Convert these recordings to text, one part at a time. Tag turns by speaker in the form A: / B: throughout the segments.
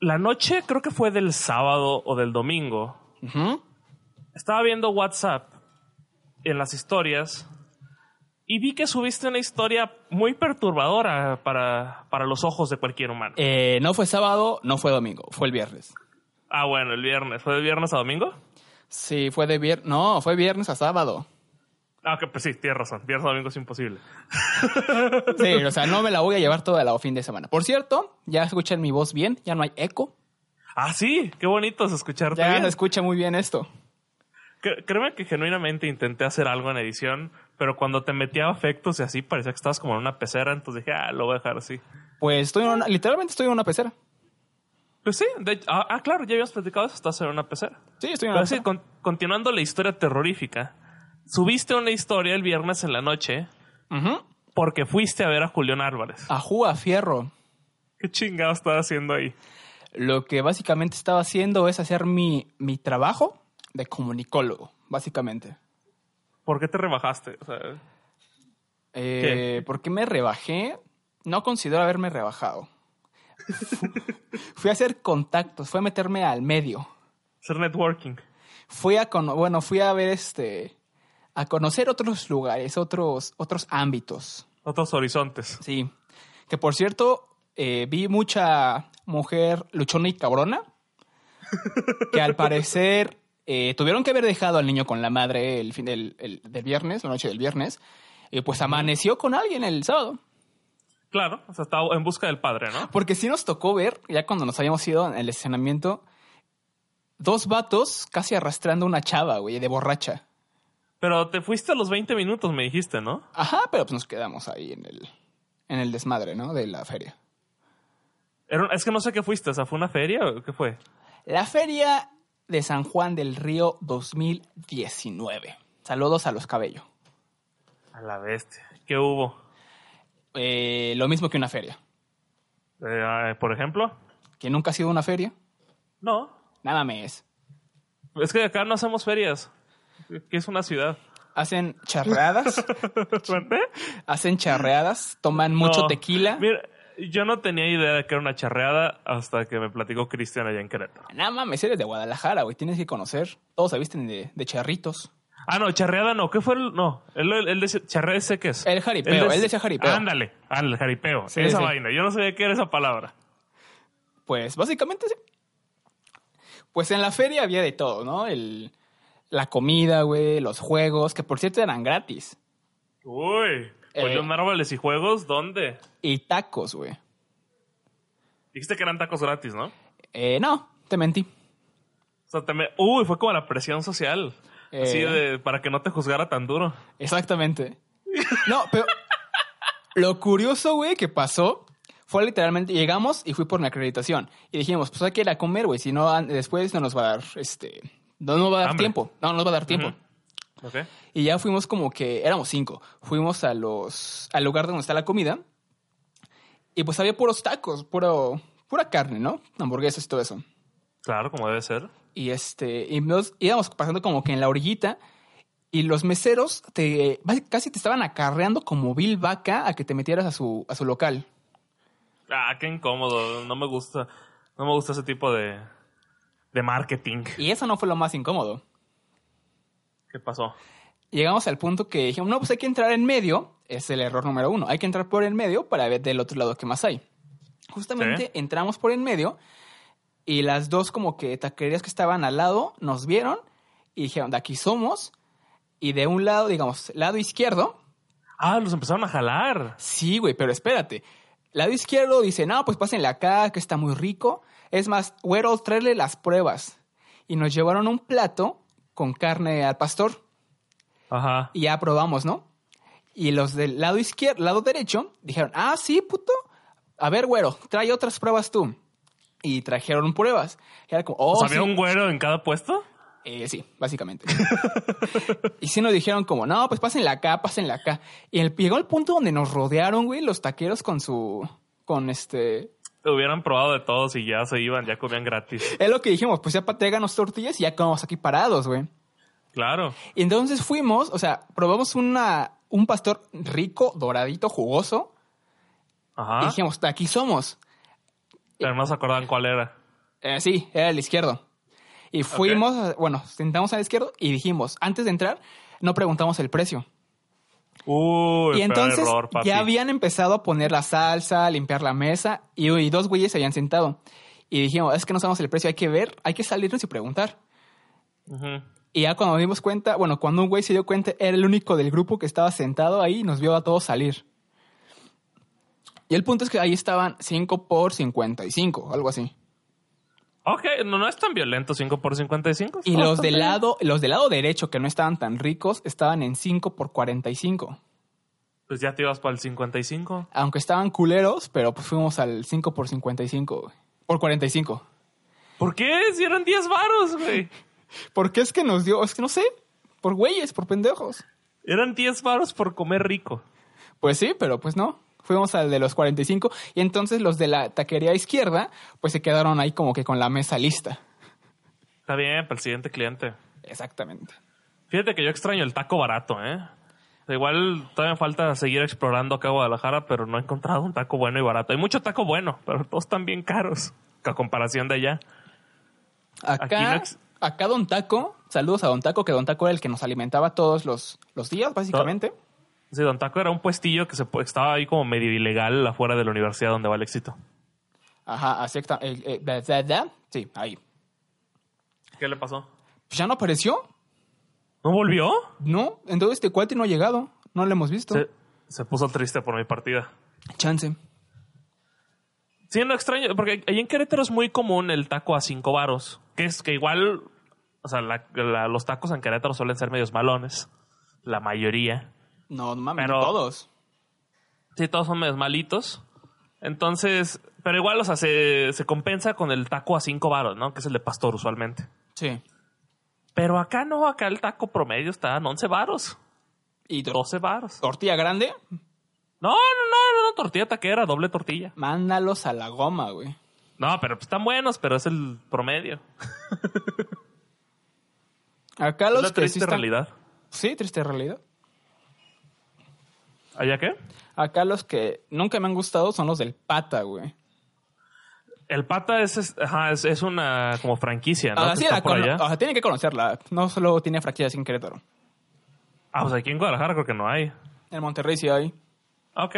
A: la noche, creo que fue del sábado o del domingo,
B: Ujú.
A: estaba viendo WhatsApp en las historias y vi que subiste una historia muy perturbadora para, para los ojos de cualquier humano.
B: Eh, no fue sábado, no fue domingo, fue el viernes.
A: Ah, bueno, el viernes. ¿Fue de viernes a domingo?
B: Sí, fue de viernes. No, fue viernes a sábado.
A: Ah, que pues sí, tienes razón. Viernes a domingo es imposible.
B: Sí, o sea, no me la voy a llevar toda la fin de semana. Por cierto, ya escuchan mi voz bien, ya no hay eco.
A: Ah, sí, qué bonito es escucharte
B: Ya
A: bien.
B: se escucha muy bien esto.
A: Cre- Créeme que genuinamente intenté hacer algo en edición, pero cuando te metía efectos y así, parecía que estabas como en una pecera, entonces dije, ah, lo voy a dejar así.
B: Pues estoy en una- literalmente estoy en una pecera.
A: Pues sí, de hecho- ah, ah, claro, ya habíamos platicado eso, estás en una pecera.
B: Sí, estoy
A: Pero
B: en una
A: Ah, sí,
B: pecera.
A: con- continuando la historia terrorífica, subiste una historia el viernes en la noche
B: Ujú.
A: porque fuiste a ver a Julián Álvarez.
B: A Juga Fierro.
A: ¿Qué chingado estaba haciendo ahí?
B: Lo que básicamente estaba haciendo es hacer mi, mi trabajo de comunicólogo, básicamente.
A: ¿Por qué te rebajaste? O sea,
B: Eh, ¿Por qué me rebajé? No considero haberme rebajado. Fu- fui a hacer contactos, fui a meterme al medio.
A: hacer networking.
B: Fui a cono- bueno, fui a ver este a conocer otros lugares, otros otros ámbitos.
A: Otros horizontes.
B: Sí. Que por cierto, eh, vi mucha mujer luchona y cabrona. Que al parecer eh, tuvieron que haber dejado al niño con la madre el fin del, el- del viernes, la noche del viernes. Y pues amaneció con alguien el sábado.
A: Claro, o sea, estaba en busca del padre, ¿no?
B: Porque sí nos tocó ver, ya cuando nos habíamos ido en el estacionamiento, dos vatos casi arrastrando una chava, güey, de borracha.
A: Pero te fuiste a los 20 minutos, me dijiste, ¿no?
B: Ajá, pero pues nos quedamos ahí en el, en el desmadre, ¿no? De la feria.
A: Era un- es que no sé qué fuiste, o sea, ¿fue una feria o qué fue?
B: La feria de San Juan del Río 2019. Saludos a los cabellos.
A: A la bestia. ¿Qué hubo?
B: Eh, lo mismo que una feria.
A: Eh, ah, ¿Por ejemplo?
B: Que nunca ha sido una feria.
A: No.
B: Nada más.
A: Es que acá no hacemos ferias. Que es una ciudad.
B: Hacen charreadas,
A: ¿Eh?
B: hacen charreadas, toman mucho
A: No.
B: tequila.
A: Mira, yo no tenía idea de que era una charreada hasta que me platicó Cristian allá en Querétaro.
B: Nada mames, eres de Guadalajara, güey. Tienes que conocer. Todos se visten de, de charritos.
A: Ah, no, charreada no. ¿Qué fue? el- no, él, él, él decía, charreada sé qué es.
B: El jaripeo, él decía jaripeo.
A: Ándale, ándale, jaripeo.
B: Sí,
A: esa
B: sí.
A: vaina. Yo no sabía qué era esa palabra.
B: Pues básicamente sí. Pues en la feria había de todo, ¿no? El, la comida, güey, los juegos, que por cierto eran gratis.
A: Uy.
B: Eh.
A: Julián Árboles y Juegos, ¿dónde?
B: Y tacos, güey.
A: Dijiste que eran tacos gratis, ¿no?
B: Eh, no, te mentí.
A: O sea, te me- Uy, fue como la presión social.
B: Eh.
A: Así de, para que no te juzgara tan duro.
B: Exactamente. No, pero lo curioso, güey, que pasó fue literalmente, llegamos y fui por mi acreditación. Y dijimos, pues hay que ir a comer, güey, si no, an- después no nos va a dar, este, no nos va a dar
A: Hambre.
B: tiempo. No, no nos va a dar tiempo.
A: Ujú. ¿Ok?
B: Y ya fuimos como que, éramos cinco, fuimos a los, al lugar donde está la comida. Y pues había puros tacos, puro, pura carne, ¿no? Hamburguesas y todo eso.
A: Claro, como debe ser.
B: Y este, y nos íbamos pasando como que en la orillita. Y los meseros te casi te estaban acarreando como vil vaca a que te metieras a su, a su local.
A: Ah, qué incómodo. No me gusta. No me gusta ese tipo de, de marketing.
B: Y eso no fue lo más incómodo.
A: ¿Qué pasó?
B: Llegamos al punto que dijimos, no, pues hay que entrar en medio. Es el error número uno. Hay que entrar por en medio para ver del otro lado qué más hay. Justamente
A: Sí.
B: entramos por en medio y las dos como que taquerías que estaban al lado nos vieron y dijeron, de aquí somos. Y de un lado, digamos, lado izquierdo,
A: Ah, los empezaron a jalar.
B: Sí, güey, pero espérate. Lado izquierdo dice, no, pues pásenle acá, que está muy rico. Es más, güero, tráele las pruebas. Y nos llevaron un plato con carne al pastor
A: Ajá.
B: y ya probamos, ¿no? Y los del lado izquierdo, lado derecho, dijeron, ah, sí, puto. A ver, güero, trae otras pruebas tú. Y trajeron pruebas. Y era como, oh,
A: O sea,
B: sí.
A: ¿Había un güero en cada puesto?
B: Eh, sí, básicamente. y sí nos dijeron como, no, pues pásenla acá, pásenla acá. Y el, llegó el punto donde nos rodearon, güey, los taqueros con su... Con este...
A: Hubieran probado de todos y ya se iban, ya comían gratis.
B: Es lo que dijimos, pues ya patéganos tortillas y ya quedamos aquí parados, güey.
A: Claro.
B: Y entonces fuimos, o sea, probamos una, un pastor rico, doradito, jugoso. Y
A: Ajá. ¿Ah?
B: dijimos, de aquí somos.
A: Pero no se acordaban cuál era.
B: Eh, sí, era el izquierdo. Y fuimos, a- bueno, sentamos al izquierdo y dijimos, antes de entrar, no preguntamos el precio.
A: Uy,
B: y
A: peor
B: entonces
A: error, papi.
B: ya habían empezado a poner la salsa, a limpiar la mesa y, uy, dos güeyes se habían sentado. Y dijimos, es que no sabemos el precio, hay que ver, hay que salirnos y preguntar.
A: Ujú.
B: Y ya cuando nos dimos cuenta, bueno, cuando un güey se dio cuenta, era el único del grupo que estaba sentado ahí y nos vio a todos salir. Y el punto es que ahí estaban 5 por 55, algo así.
A: Ok, no, no es tan violento 5 por 55.
B: Y
A: está
B: los del
A: bastante bien.
B: lado, los del lado derecho que no estaban tan ricos, estaban en 5 por 45.
A: Pues ya te ibas para el 55.
B: Aunque estaban culeros, pero pues fuimos al 5 por 55, güey. Por 45.
A: ¿Por qué? Si eran 10 varos, güey.
B: ¿Por qué es que nos dio? Es que no sé. Por güeyes, por pendejos.
A: Eran 10 varos por comer rico.
B: Pues sí, pero pues no. Fuimos al de los 45 y entonces los de la taquería izquierda pues se quedaron ahí como que con la mesa lista.
A: Está bien, para el siguiente cliente.
B: Exactamente.
A: Fíjate que yo extraño el taco barato, ¿eh? Igual todavía me falta seguir explorando acá Guadalajara, pero no he encontrado un taco bueno y barato. Hay mucho taco bueno, pero todos están bien caros a comparación de allá. Aquí no
B: Acá,
A: ex-
B: acá Don Taco, saludos a Don Taco, que Don Taco era el que nos alimentaba todos los, los días básicamente.
A: Sí, Don Taco era un puestillo que se po- estaba ahí como medio ilegal afuera de la universidad donde va el éxito.
B: Ajá, eh, así está- el- el- da- da- da. Sí, ahí.
A: ¿Qué le pasó?
B: Pues ya no apareció,
A: ¿No volvió?
B: ¿no? Entonces este cuate no ha llegado, no lo hemos visto.
A: Se, se puso triste por mi partida.
B: Chance.
A: Sí, no extraño, porque ahí en Querétaro es muy común el taco a cinco varos, que es que igual, o sea, la- la- los tacos en Querétaro suelen ser medios malones, la mayoría.
B: No, no mames,
A: Pero-
B: todos.
A: Sí, todos son medios malitos. Entonces, pero igual, o sea, se, se compensa con el taco a cinco varos, ¿no? Que es el de pastor usualmente.
B: Sí.
A: Pero acá no, acá el taco promedio está en 11 varos,
B: Y tor-
A: 12 varos.
B: tortilla grande,
A: No, no, no, no, no, tortilla taquera, doble tortilla.
B: mándalos a la goma, güey.
A: No, pero pues, están buenos, pero es el promedio.
B: Acá
A: Es
B: los
A: la
B: que sí
A: triste
B: están-
A: realidad.
B: Sí, triste realidad.
A: ¿Allá qué?
B: Acá los que nunca me han gustado son los del pata, güey.
A: El Pata es, es- ajá, es, es una como franquicia, ¿no? Que
B: Ahora Ah, sí,
A: está
B: la
A: por
B: cono-
A: allá.
B: o sea, tienen que conocerla. No solo tiene franquicias en Querétaro.
A: Ah, pues aquí en Guadalajara creo que no hay.
B: En Monterrey sí hay.
A: Ah, ok.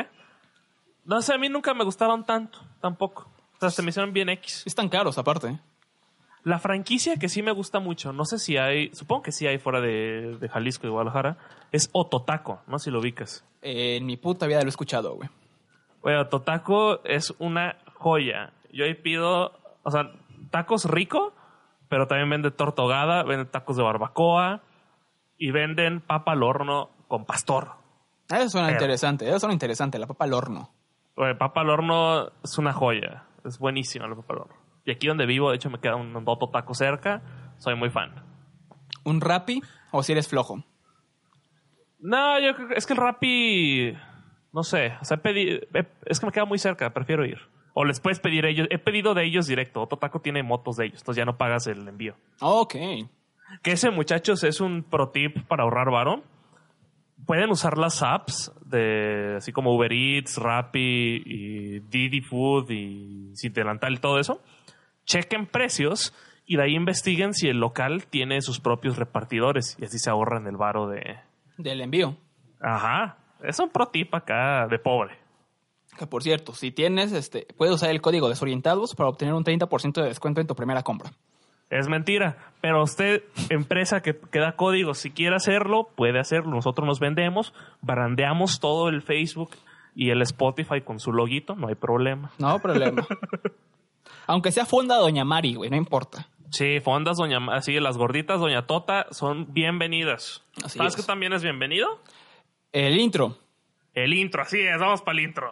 A: No sé, a mí nunca me gustaron tanto, tampoco. O sea, se me hicieron bien X.
B: Están caros, aparte.
A: La franquicia que sí me gusta mucho, no sé si hay, supongo que sí hay fuera de, de Jalisco y Guadalajara, es Ototaco, no sé si lo ubicas.
B: Eh, en mi puta vida lo he escuchado, güey.
A: Oye, Ototaco es una joya. Yo ahí pido, o sea, tacos rico, pero también vende torta ahogada, vende tacos de barbacoa y venden papa al horno con pastor.
B: Ah, Eso suena
A: Pero-
B: interesante. Eso suena interesante. La papa al horno.
A: Oye, papa al horno es una joya. Es buenísima la papa al horno. Y aquí donde vivo, de hecho, me queda un otro taco cerca. Soy muy fan.
B: ¿Un rapi o si eres flojo?
A: No, yo creo que es que el Rappi. No sé. O sea, he pedi- he- es que me queda muy cerca. Prefiero ir. O les puedes pedir ellos. He pedido de ellos directo. Otro taco tiene motos de ellos. Entonces ya no pagas el envío.
B: Ok.
A: Que ese, muchachos, es un pro tip para ahorrar varón. Pueden usar las apps de así como Uber Eats, Rappi y Didi Food y Sin Delantal y todo eso. Chequen precios y de ahí investiguen si el local tiene sus propios repartidores y así se ahorran el varo de.
B: Del envío.
A: Ajá. Es un pro tip acá de pobre.
B: Que por cierto, si tienes, este, puedes usar el código desorientados para obtener un 30% de descuento en tu primera compra.
A: Es mentira. Pero usted, empresa que, que da códigos, si quiere hacerlo, puede hacerlo. Nosotros nos vendemos, barandeamos todo el Facebook y el Spotify con su loguito, no hay problema.
B: No problema. Aunque sea fonda Doña Mari, güey, no importa.
A: Sí, fondas, doña, Ma- así las gorditas, doña Tota, son bienvenidas.
B: Así
A: ¿Sabes
B: es.
A: que también es bienvenido?
B: El intro.
A: El intro, así es, vamos para el intro.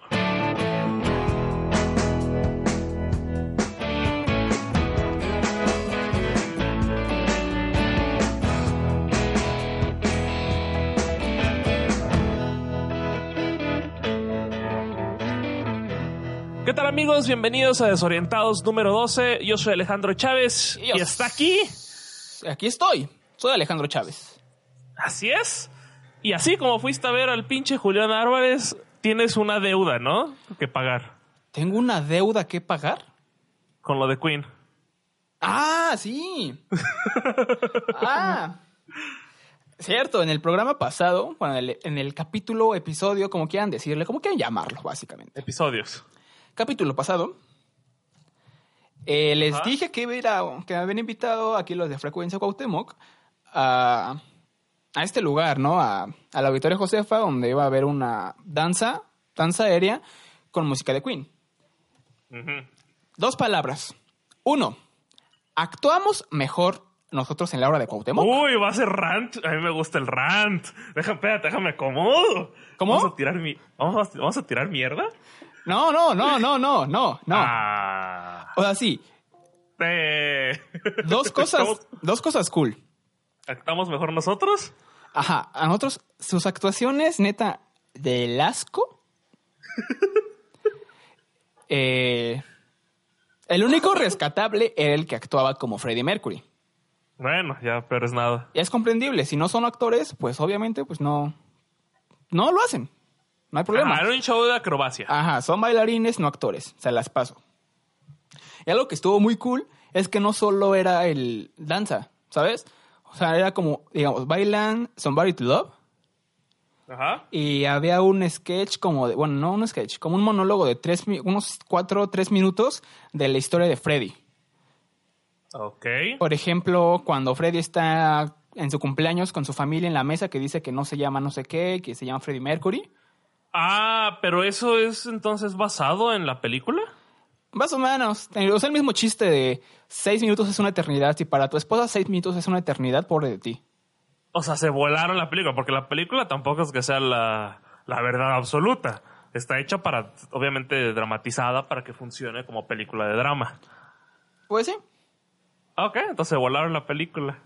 A: ¿Qué tal amigos? Bienvenidos a Desorientados número 12. Yo soy Alejandro Chávez
B: Y yo-
A: y está aquí.
B: Aquí estoy. Soy Alejandro Chávez.
A: Así es. Y así como fuiste a ver al pinche Julián Álvarez, tienes una deuda, ¿no? Que pagar
B: ¿Tengo una deuda que pagar?
A: con lo de Queen.
B: Ah, sí. ah. Cierto, en el programa pasado, bueno, en el, en el capítulo, episodio, como quieran decirle, como quieran llamarlo, básicamente.
A: Episodios.
B: Capítulo pasado. eh, les
A: Ajá.
B: dije que, iba a ir a- que me habían invitado aquí los de Frecuencia Cuauhtémoc a, a este lugar, ¿no? A, al Auditorio Josefa, donde iba a haber una danza, danza aérea con música de Queen.
A: Ujú.
B: Dos palabras. Uno, actuamos mejor nosotros en la obra de Cuauhtémoc.
A: Uy, va a ser rant. A mí me gusta el rant. Déjame, espérate, déjame acomodo.
B: ¿Cómo?
A: ¿Vamos a tirar, mi vamos a, vamos a tirar mierda?
B: No, no, no, no, no, no, no.
A: Ah,
B: O sea, sí,
A: eh.
B: dos cosas,
A: Estamos-
B: dos cosas cool.
A: ¿Actamos mejor nosotros?
B: Ajá, a nosotros sus actuaciones, neta, del asco. Eh, el único rescatable era el que actuaba como Freddie Mercury.
A: Bueno, ya, pero es nada.
B: Y es comprendible, si no son actores, pues obviamente, pues no, no lo hacen. No hay problema.
A: Ah, era un show de acrobacia.
B: Ajá, son bailarines, no actores. Se las paso. Y algo que estuvo muy cool es que no solo era el danza, ¿sabes? O sea, era como, digamos, bailan Somebody to Love.
A: Ajá.
B: Y había un sketch como de, bueno, no un sketch, como un monólogo de tres, mi- unos cuatro o tres minutos de la historia de Freddy.
A: Ok.
B: Por ejemplo, cuando Freddy está en su cumpleaños con su familia en la mesa que dice que no se llama no sé qué, que se llama Freddy Mercury.
A: Ah, pero eso es entonces basado en la película.
B: Más o menos. O sea, el mismo chiste de seis minutos es una eternidad. Si para tu esposa seis minutos es una eternidad, pobre de ti.
A: O sea, se volaron la película, porque la película tampoco es que sea la, la verdad absoluta. Está hecha para, obviamente, dramatizada para que funcione como película de drama.
B: Pues sí.
A: Ok, entonces se volaron la película.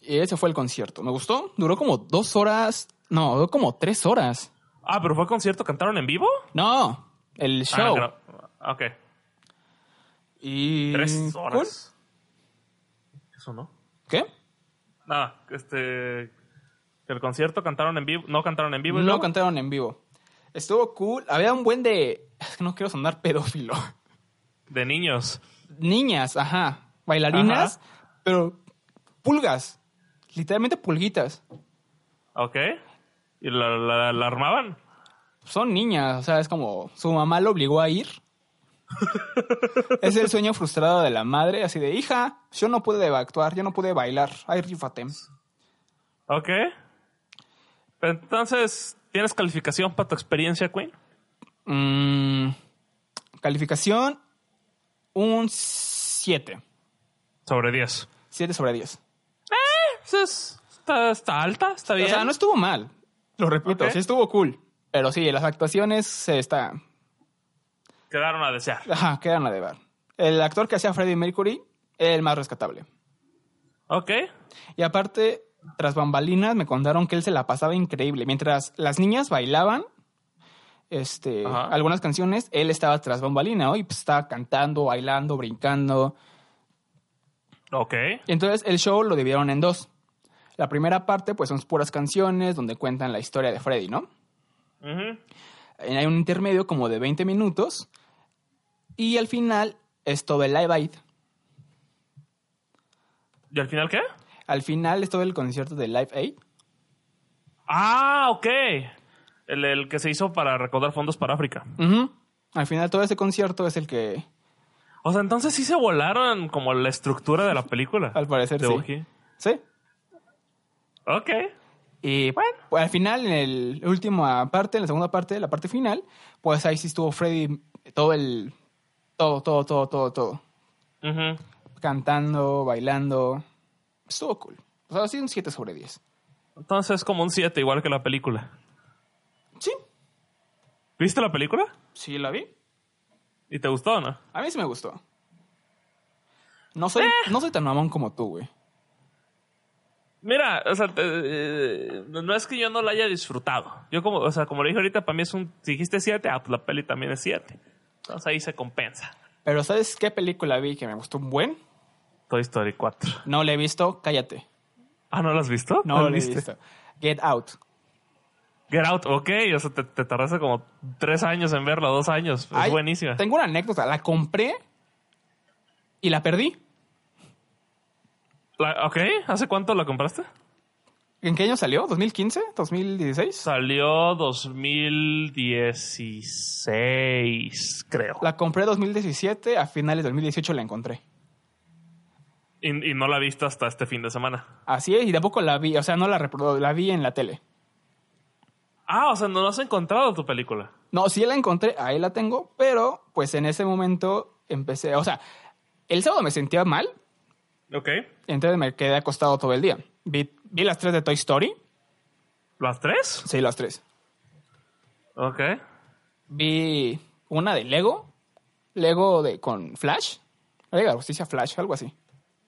B: Y ese fue el concierto. Me gustó. Duró como dos horas. No, duró como tres horas.
A: Ah, pero fue concierto, cantaron en vivo.
B: No, el
A: Ah,
B: show.
A: gra- ok,
B: Y...
A: tres horas. Eso no.
B: ¿Qué?
A: Nada, este. El concierto cantaron en vivo. No cantaron en vivo. y
B: No
A: luego-
B: cantaron en vivo. Estuvo cool. Había un buen de... Es que no quiero sonar pedófilo.
A: De niños.
B: Niñas, ajá. Bailarinas, pero pulgas. Literalmente pulguitas.
A: Ok. ¿Y la, la- la armaban?
B: son niñas, o sea, es como su mamá lo obligó a ir. es el sueño frustrado de la madre, así de hija, yo no pude actuar, yo no pude bailar, ay, rífate.
A: Ok. Entonces, ¿tienes calificación para tu experiencia, Queen?
B: Mm, calificación, un 7,
A: Sobre 10.
B: 7 sobre 10.
A: está, está alta, está bien.
B: O sea, no estuvo mal, lo repito,
A: Ok.
B: sí estuvo cool, pero sí, las actuaciones se está,
A: Quedaron a desear.
B: ajá, quedan a deber. El actor que hacía Freddie Mercury, el más rescatable.
A: Ok.
B: Y aparte, tras bambalinas me contaron que él se la pasaba increíble. Mientras las niñas bailaban este,
A: Ajá.
B: algunas canciones, él estaba tras bambalina ¿no? y pues, estaba cantando, bailando, brincando.
A: Ok.
B: Y entonces el show lo dividieron en dos. La primera parte, pues son puras canciones donde cuentan la historia de Freddy, ¿no?
A: Ujú.
B: Eh, Hay un intermedio como de 20 minutos. Y al final es todo el live aid.
A: ¿Y al final qué?
B: Al final es todo el concierto de live aid.
A: Ah, ok. El, el que se hizo para recaudar fondos para África.
B: Ujú. Al final todo ese concierto es el que
A: O sea, entonces sí se volaron como la estructura de la película.
B: Al parecer,
A: De
B: sí.
A: Oji.
B: ¿Sí?
A: Ok.
B: Y bueno, pues, al final, en el- la última parte, en la segunda parte, la parte final, pues ahí sí estuvo Freddy todo el. Todo, todo, todo, todo, todo.
A: Ujú.
B: Cantando, bailando. Estuvo cool. O sea, sí, un 7 sobre 10.
A: Entonces como un 7, igual que la película.
B: Sí,
A: ¿Viste la película?
B: sí, la vi.
A: ¿Y te gustó o no?
B: A mí sí me gustó. No soy, no soy tan mamón como tú, güey.
A: Mira, o sea, te- eh, no es que yo no la haya disfrutado. Yo como, o sea, como le dije ahorita, para mí es un, si dijiste 7, ah, pues la peli también es 7. Entonces ahí se compensa.
B: Pero ¿sabes qué película vi que me gustó un buen?
A: Toy Story 4.
B: No la he visto, cállate.
A: Ah, ¿no la has visto?
B: No
A: la
B: la he
A: viste?
B: visto. Get Out.
A: Get Out, ok. O sea, te, te tardaste como 3 años en verla, 2 años. Es
B: Ay,
A: buenísima.
B: Tengo una anécdota. La compré y la perdí.
A: La- ok, ¿hace cuánto la compraste?
B: ¿En qué año salió? ¿2015? ¿2016?
A: Salió 2016, creo.
B: La compré 2017, a finales de 2018 la encontré.
A: Y, y no la viste hasta este fin de semana.
B: Así es, y tampoco la vi, o sea, no la reprodu- la vi en la tele.
A: Ah, o sea, no has encontrado tu película.
B: No, sí la encontré, ahí la tengo, pero pues en ese momento empecé, o sea, el sábado me sentía mal,
A: Ok.
B: entonces me quedé acostado todo el día. Vi, vi las tres de Toy Story,
A: ¿Las tres?
B: sí, las tres.
A: Ok.
B: Vi una de Lego, Lego de, con Flash, la Liga de la Justicia Flash, algo así.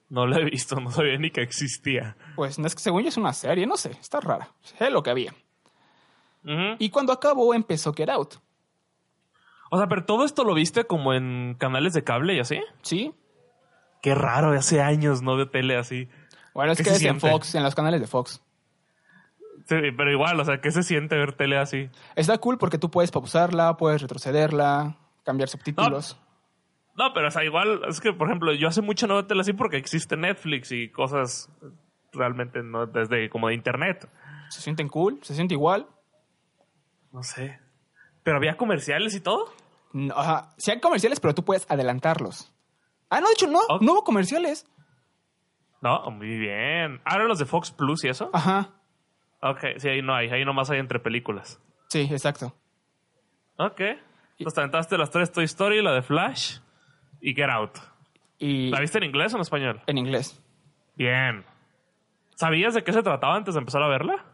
A: No la he visto, no sabía ni que existía.
B: Pues no es que según yo es una serie, no sé, está rara, sé lo que había.
A: Ujú.
B: Y cuando acabó empezó Get Out,
A: O sea, pero todo esto lo viste como en canales de cable y así.
B: ¿sí?
A: Qué raro, hace años no veo tele así.
B: Bueno, es
A: ¿Qué
B: que
A: se
B: es en
A: siente?
B: Fox, en los canales de Fox.
A: Sí, pero igual, o sea, ¿qué se siente ver tele así?
B: Está cool porque tú puedes pausarla, puedes retrocederla, cambiar subtítulos.
A: No, pero o sea, igual, es que, por ejemplo, yo hace mucho no veo tele así porque existe Netflix y cosas realmente no desde como de internet.
B: Se sienten cool, se siente igual.
A: No sé. Pero había comerciales y todo.
B: No, ajá, sí hay comerciales, pero tú puedes adelantarlos. Ah, no, de hecho, no,
A: Ok.
B: no hubo comerciales.
A: No, muy bien. Ahora los de Fox Plus y eso.
B: Ajá,
A: Ok, sí, ahí no hay. Ahí nomás hay entre películas.
B: sí, exacto.
A: Ok. Entonces te aventaste las tres Toy Story, la de Flash y Get Out.
B: Y
A: ¿La viste en inglés o en español?
B: en inglés.
A: Bien. ¿Sabías de qué se trataba antes de empezar a verla?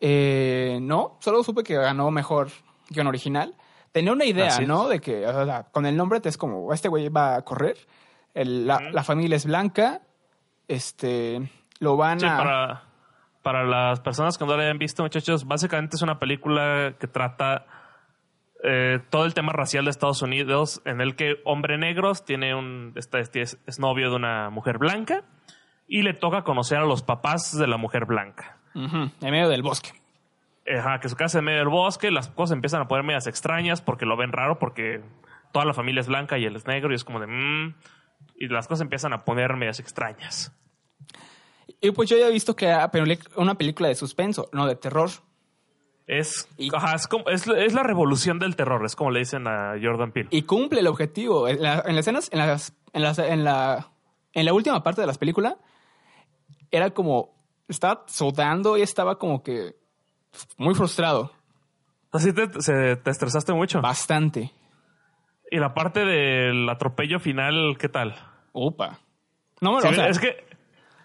B: Eh, no, solo supe que ganó mejor guión original. Tenía una idea,
A: Así es.
B: ¿no? De que, o sea, con el nombre te es como, este güey va a correr, el- la, la familia es blanca, este, lo van
A: Sí,
B: a...
A: para, para las personas que no la hayan visto, muchachos, básicamente es una película que trata eh, todo el tema racial de Estados Unidos, en el que hombre negros tiene un está- este es, es novio de una mujer blanca y le toca conocer a los papás de la mujer blanca.
B: Ujú, en medio del bosque.
A: Ajá, que su casa es en medio del bosque, las cosas empiezan a poner medias extrañas porque lo ven raro, porque toda la familia es blanca y él es negro y es como de... "Mm", y las cosas empiezan a poner medias extrañas.
B: Y pues yo había visto que era peli- una película de suspenso, no de terror.
A: Es,
B: Y-
A: ajá, es, como- es, es la revolución del terror, es como le dicen a Jordan Peele.
B: Y cumple el objetivo. En, la- en las escenas, en, las, en, las- en la, en la última parte de las películas, era como, estaba sudando y estaba como que muy frustrado,
A: Así te, se- te estresaste mucho.
B: bastante.
A: Y la parte del atropello final, ¿qué tal?
B: Opa. No me lo
A: Sí,
B: o sea,
A: es que,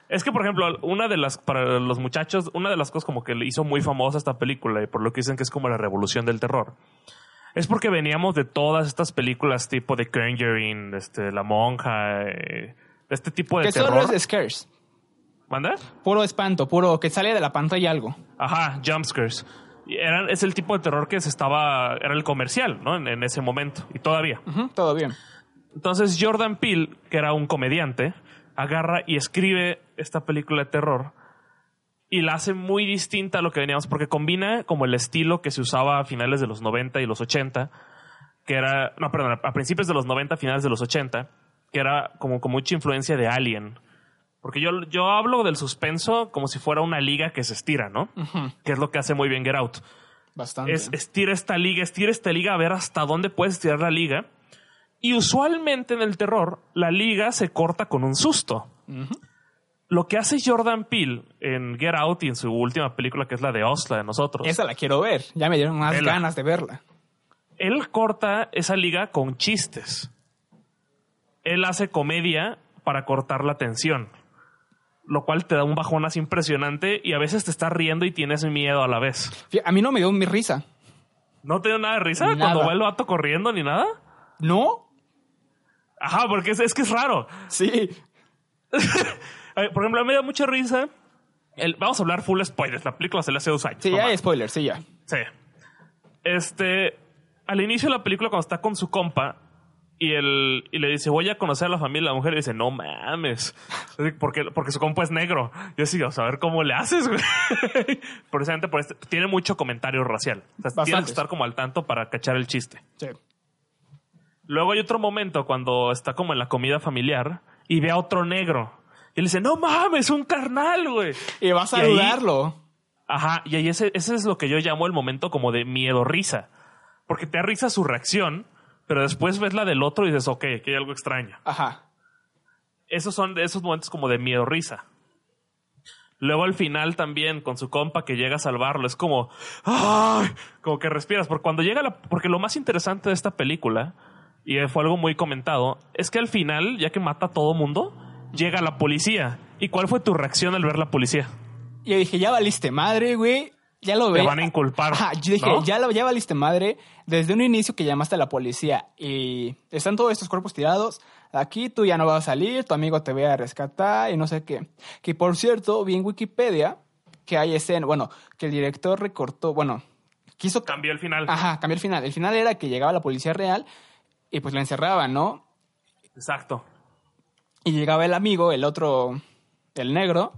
A: es que, por ejemplo, una de las, para los muchachos, una de las cosas como que le hizo muy famosa esta película y por lo que dicen que es como la revolución del terror. Es porque veníamos de todas estas películas tipo de Conjuring, este, La Monja, eh, de este tipo de
B: que
A: terror.
B: solo es scares.
A: ¿Manda?
B: Puro espanto, puro que sale de la pantalla algo.
A: Ajá, jumpscares. Y eran- es el tipo de terror que se estaba, era el comercial, ¿no? En, en ese momento y todavía.
B: Ujú, todo bien.
A: Entonces Jordan Peele, que era un comediante, agarra y escribe esta película de terror y la hace muy distinta a lo que veníamos, porque combina como el estilo que se usaba a finales de los 90 y los 80, que era, no, perdón, a principios de los 90, finales de los 80, que era como con mucha influencia de Alien. Porque yo, yo hablo del suspenso como si fuera una liga que se estira, ¿no?
B: Ujú,
A: Que es lo que hace muy bien Get Out
B: bastante.
A: es estira esta liga, estira esta liga a ver hasta dónde puedes estirar la liga. Y usualmente en el terror, la liga se corta con un susto.
B: Ujú.
A: Lo que hace Jordan Peele en Get Out y en su última película, que es la de Osla de nosotros,
B: Esa la quiero ver. Ya me dieron más
A: Vela.
B: ganas de verla.
A: él corta esa liga con chistes. Él hace comedia para cortar la tensión, lo cual te da un bajón así impresionante y a veces te estás riendo y tienes miedo a la vez.
B: Fí- A mí no me dio mi risa.
A: ¿No te dio nada de risa
B: Nada.
A: cuando va el vato corriendo ni nada?
B: ¿No?
A: Ajá, porque es- es que es raro.
B: Sí.
A: A ver, por ejemplo, a mí me da mucha risa. El, vamos a hablar full spoilers. La película se le hace dos años.
B: Sí,
A: no
B: ya hay
A: más.
B: spoilers, sí, ya.
A: Sí. Este. Al inicio de la película, cuando está con su compa y, el, y le dice, voy a conocer a la familia, la mujer le dice, no mames. Así, Porque, porque su compa es negro. Yo sí, vamos a ver cómo le haces, güey. Precisamente por este. Tiene mucho comentario racial. O sea, tienes
B: Bastantes.
A: que estar como al tanto para cachar el chiste.
B: Sí.
A: Luego hay otro momento cuando está como en la comida familiar y ve a otro negro. Y le dice, no mames, un carnal, güey.
B: Y va a
A: Y ahí-
B: saludarlo.
A: Ajá, y ahí ese, ese es lo que yo llamo el momento como de miedo-risa. Porque te da risa su reacción, pero después ves la del otro y dices, ok, aquí hay algo extraño.
B: Ajá.
A: Esos son esos momentos como de miedo-risa. Luego al final también con su compa que llega a salvarlo, es como, ¡ay! Como que respiras. Porque cuando llega la. Porque lo más interesante de esta película, y fue algo muy comentado, es que al final, ya que mata a todo mundo, llega la policía. ¿Y cuál fue tu reacción al ver la policía?
B: Y yo dije, ya valiste madre, güey. Ya lo
A: Te
B: ve.
A: van a inculpar.
B: Ajá, yo dije,
A: ¿no?
B: ya, la- ya valiste madre. Desde un inicio que llamaste a la policía y están todos estos cuerpos tirados. Aquí tú ya no vas a salir, tu amigo te va a rescatar y no sé qué. Que por cierto, vi en Wikipedia que hay escena, bueno, que el director recortó, bueno, quiso
A: Cambió el final.
B: Ajá, cambió el final. El final era que llegaba la policía real y pues la encerraban, ¿no?
A: Exacto.
B: Y llegaba el amigo, el otro, el negro.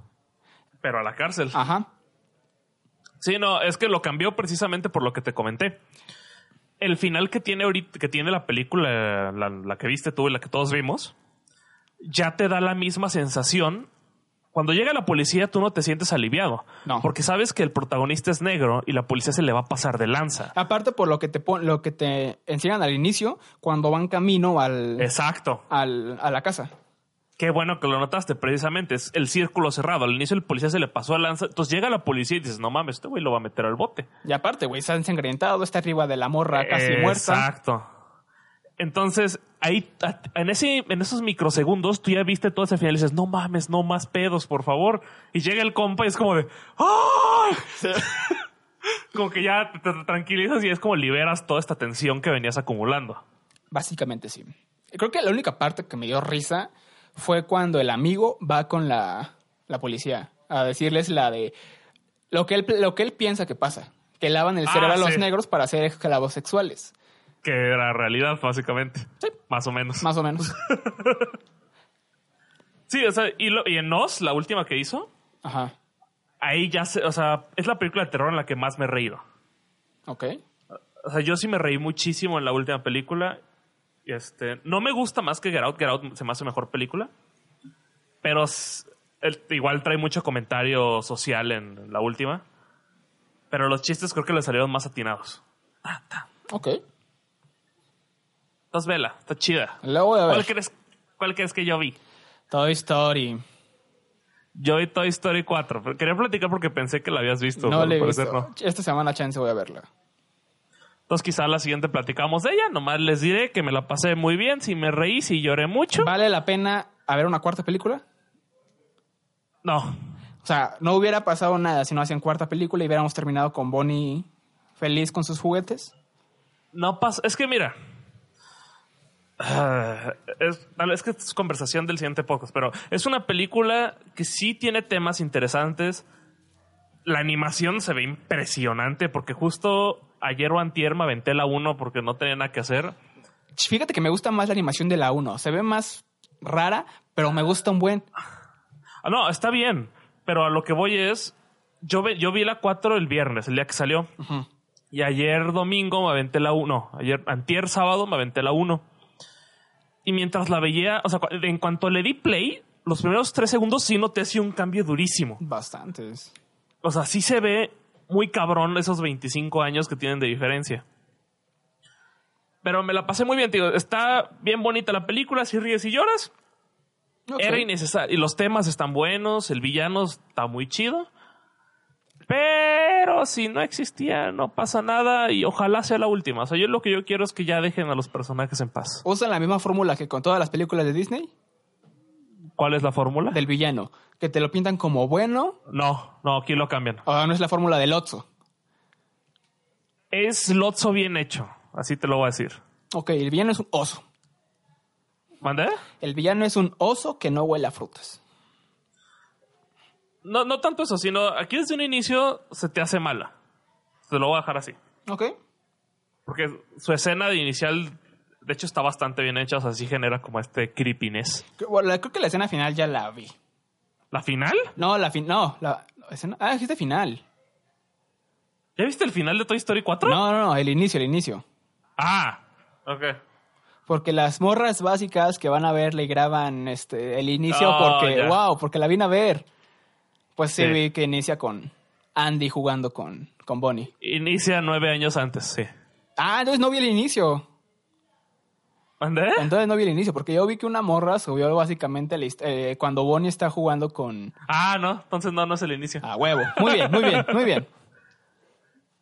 A: Pero a la cárcel.
B: Ajá.
A: Sí, no, es que lo cambió precisamente por lo que te comenté. El final que tiene ahorita, que tiene la película, la, la que viste tú y la que todos vimos, ya te da la misma sensación. Cuando llega la policía, tú no te sientes aliviado.
B: No.
A: Porque sabes que el protagonista es negro y la policía se le va a pasar de lanza.
B: Aparte por lo que te pon- lo que te enseñan al inicio cuando van camino al,
A: Exacto.
B: al- a la casa.
A: Qué bueno que lo notaste, precisamente. Es el círculo cerrado. Al inicio el policía se le pasó de lanza. Entonces llega la policía y dices, no mames, este güey lo va a meter al bote.
B: Y aparte, güey, está ensangrentado, está arriba de la morra casi muerta.
A: Exacto. Entonces, ahí, a- en, ese, en esos microsegundos, tú ya viste todo ese final y dices, no mames, no más pedos, por favor. Y llega el compa y es como de, ¡ay! como que ya te, te tranquilizas y es como liberas toda esta tensión que venías acumulando.
B: Básicamente sí. Creo que la única parte que me dio risa fue cuando el amigo va con la, la policía a decirles la de lo que él, lo que él piensa que pasa. Que lavan el
A: Ah,
B: cerebro a los
A: sí.
B: negros para hacer esclavos sexuales.
A: Que era realidad, básicamente.
B: Sí.
A: Más o menos.
B: Más o menos.
A: Sí, o sea, y, lo- y en Nos, la última que hizo,
B: Ajá.
A: ahí ya se, o sea, es la película de terror en la que más me he reído.
B: Ok.
A: O sea, yo sí me reí muchísimo en la última película. Y, Este, no me gusta más que Get Out. Get Out se me hace mejor película. Pero s- el- igual trae mucho comentario social en la última. Pero los chistes creo que le salieron más atinados.
B: Ok.
A: Entonces, vela, está chida.
B: La voy a
A: ¿Cuál
B: ver.
A: crees, ¿Cuál crees que yo vi?
B: Toy Story.
A: Yo vi Toy Story 4. pero Quería platicar porque pensé que la habías visto.
B: No
A: pero
B: le
A: al
B: he
A: parecer
B: visto.
A: no.
B: Esta semana chance voy a verla.
A: Entonces, quizá la siguiente platicamos de ella. Nomás les diré que me la pasé muy bien. Si me reí, si lloré mucho.
B: ¿Vale la pena a ver una cuarta película?
A: No,
B: O sea, no hubiera pasado nada si no hacían cuarta película y hubiéramos terminado con Bonnie feliz con sus juguetes.
A: No pasa. Es que mira. Ah, es, tal vez que es conversación del siguiente podcast, pero es una película que sí tiene temas interesantes. La animación se ve impresionante porque justo ayer o antier me aventé la 1 porque no tenía nada que hacer.
B: Ch, Fíjate que me gusta más la animación de la 1. Se ve más rara, pero me gusta un buen.
A: Ah, no, está bien, pero a lo que voy es, yo, ve- yo vi la 4 el viernes, el día que salió.
B: Ujú.
A: Y ayer domingo me aventé la 1. Ayer, antier sábado me aventé la 1. Y mientras la veía, o sea, cu- en cuanto le di play, los primeros tres segundos sí noté así un cambio durísimo.
B: Bastantes.
A: O sea, sí se ve muy cabrón esos 25 años que tienen de diferencia. Pero me la pasé muy bien, tío. Está bien bonita la película, si ríes y lloras.
B: Ok.
A: Era innecesario. Y los temas están buenos, el villano está muy chido. Pero si no existía, no pasa nada y ojalá sea la última. O sea, yo lo que yo quiero es que ya dejen a los personajes en paz.
B: Usan la misma fórmula que con todas las películas de Disney,
A: ¿Cuál es la fórmula?
B: del villano, que te lo pintan como bueno,
A: No, no, aquí lo cambian.
B: o no es la fórmula del Otso.
A: Es Lotso bien hecho, así te lo voy a decir.
B: Ok, el villano es un oso.
A: ¿Mandé?
B: El villano es un oso que no huele a frutas.
A: No, no tanto eso, sino aquí desde un inicio se te hace mala. Te lo voy a dejar así.
B: Ok.
A: Porque su escena de inicial, de hecho, está bastante bien hecha, o sea, sí genera como este creepiness.
B: Creo- Bueno, la- creo que la escena final ya la vi.
A: ¿La final?
B: No, la fin, no, la la escena, ah, dijiste final.
A: ¿Ya viste el final de Toy Story 4?
B: No, no, no, el inicio, el inicio.
A: Ah, ok.
B: Porque las morras básicas que van a ver le graban este, el inicio
A: Oh,
B: porque,
A: ya.
B: wow, porque la vine a ver. Pues sí,
A: Sí.
B: vi que inicia con Andy jugando con, con Bonnie.
A: Inicia nueve años antes, sí.
B: Ah, entonces no vi el inicio.
A: ¿Mandé?
B: Entonces no vi el inicio, porque yo vi que una morra subió básicamente la hist- eh, cuando Bonnie está jugando con...
A: Ah, no, entonces no, no es el inicio.
B: A huevo. Muy bien, muy bien, muy bien.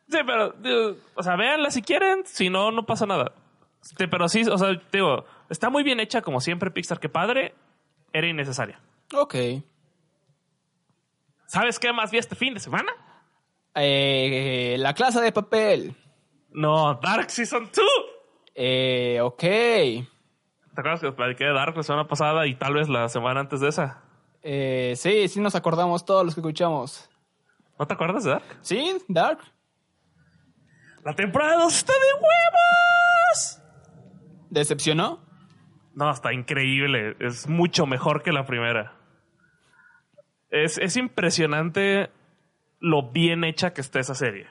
A: Sí, pero, digo, o sea, véanla si quieren, si no, no pasa nada. Este, pero sí, o sea, digo, está muy bien hecha, como siempre, Pixar, que padre, era innecesaria.
B: Ok. Eh,
A: ¿Sabes qué más vi este fin de semana?
B: Eh, la clase de papel.
A: No, Dark Season 2.
B: Eh, ok.
A: ¿Te acuerdas que os platiqué de Dark la semana pasada y tal vez la semana antes de esa?
B: Eh, sí, sí nos acordamos todos los que escuchamos.
A: ¿No te acuerdas de Dark?
B: ¿Sí, Dark?
A: La temporada 2 está de huevos.
B: ¿Decepcionó?
A: No, está increíble. Es mucho mejor que la primera. Es, es impresionante lo bien hecha que está esa serie.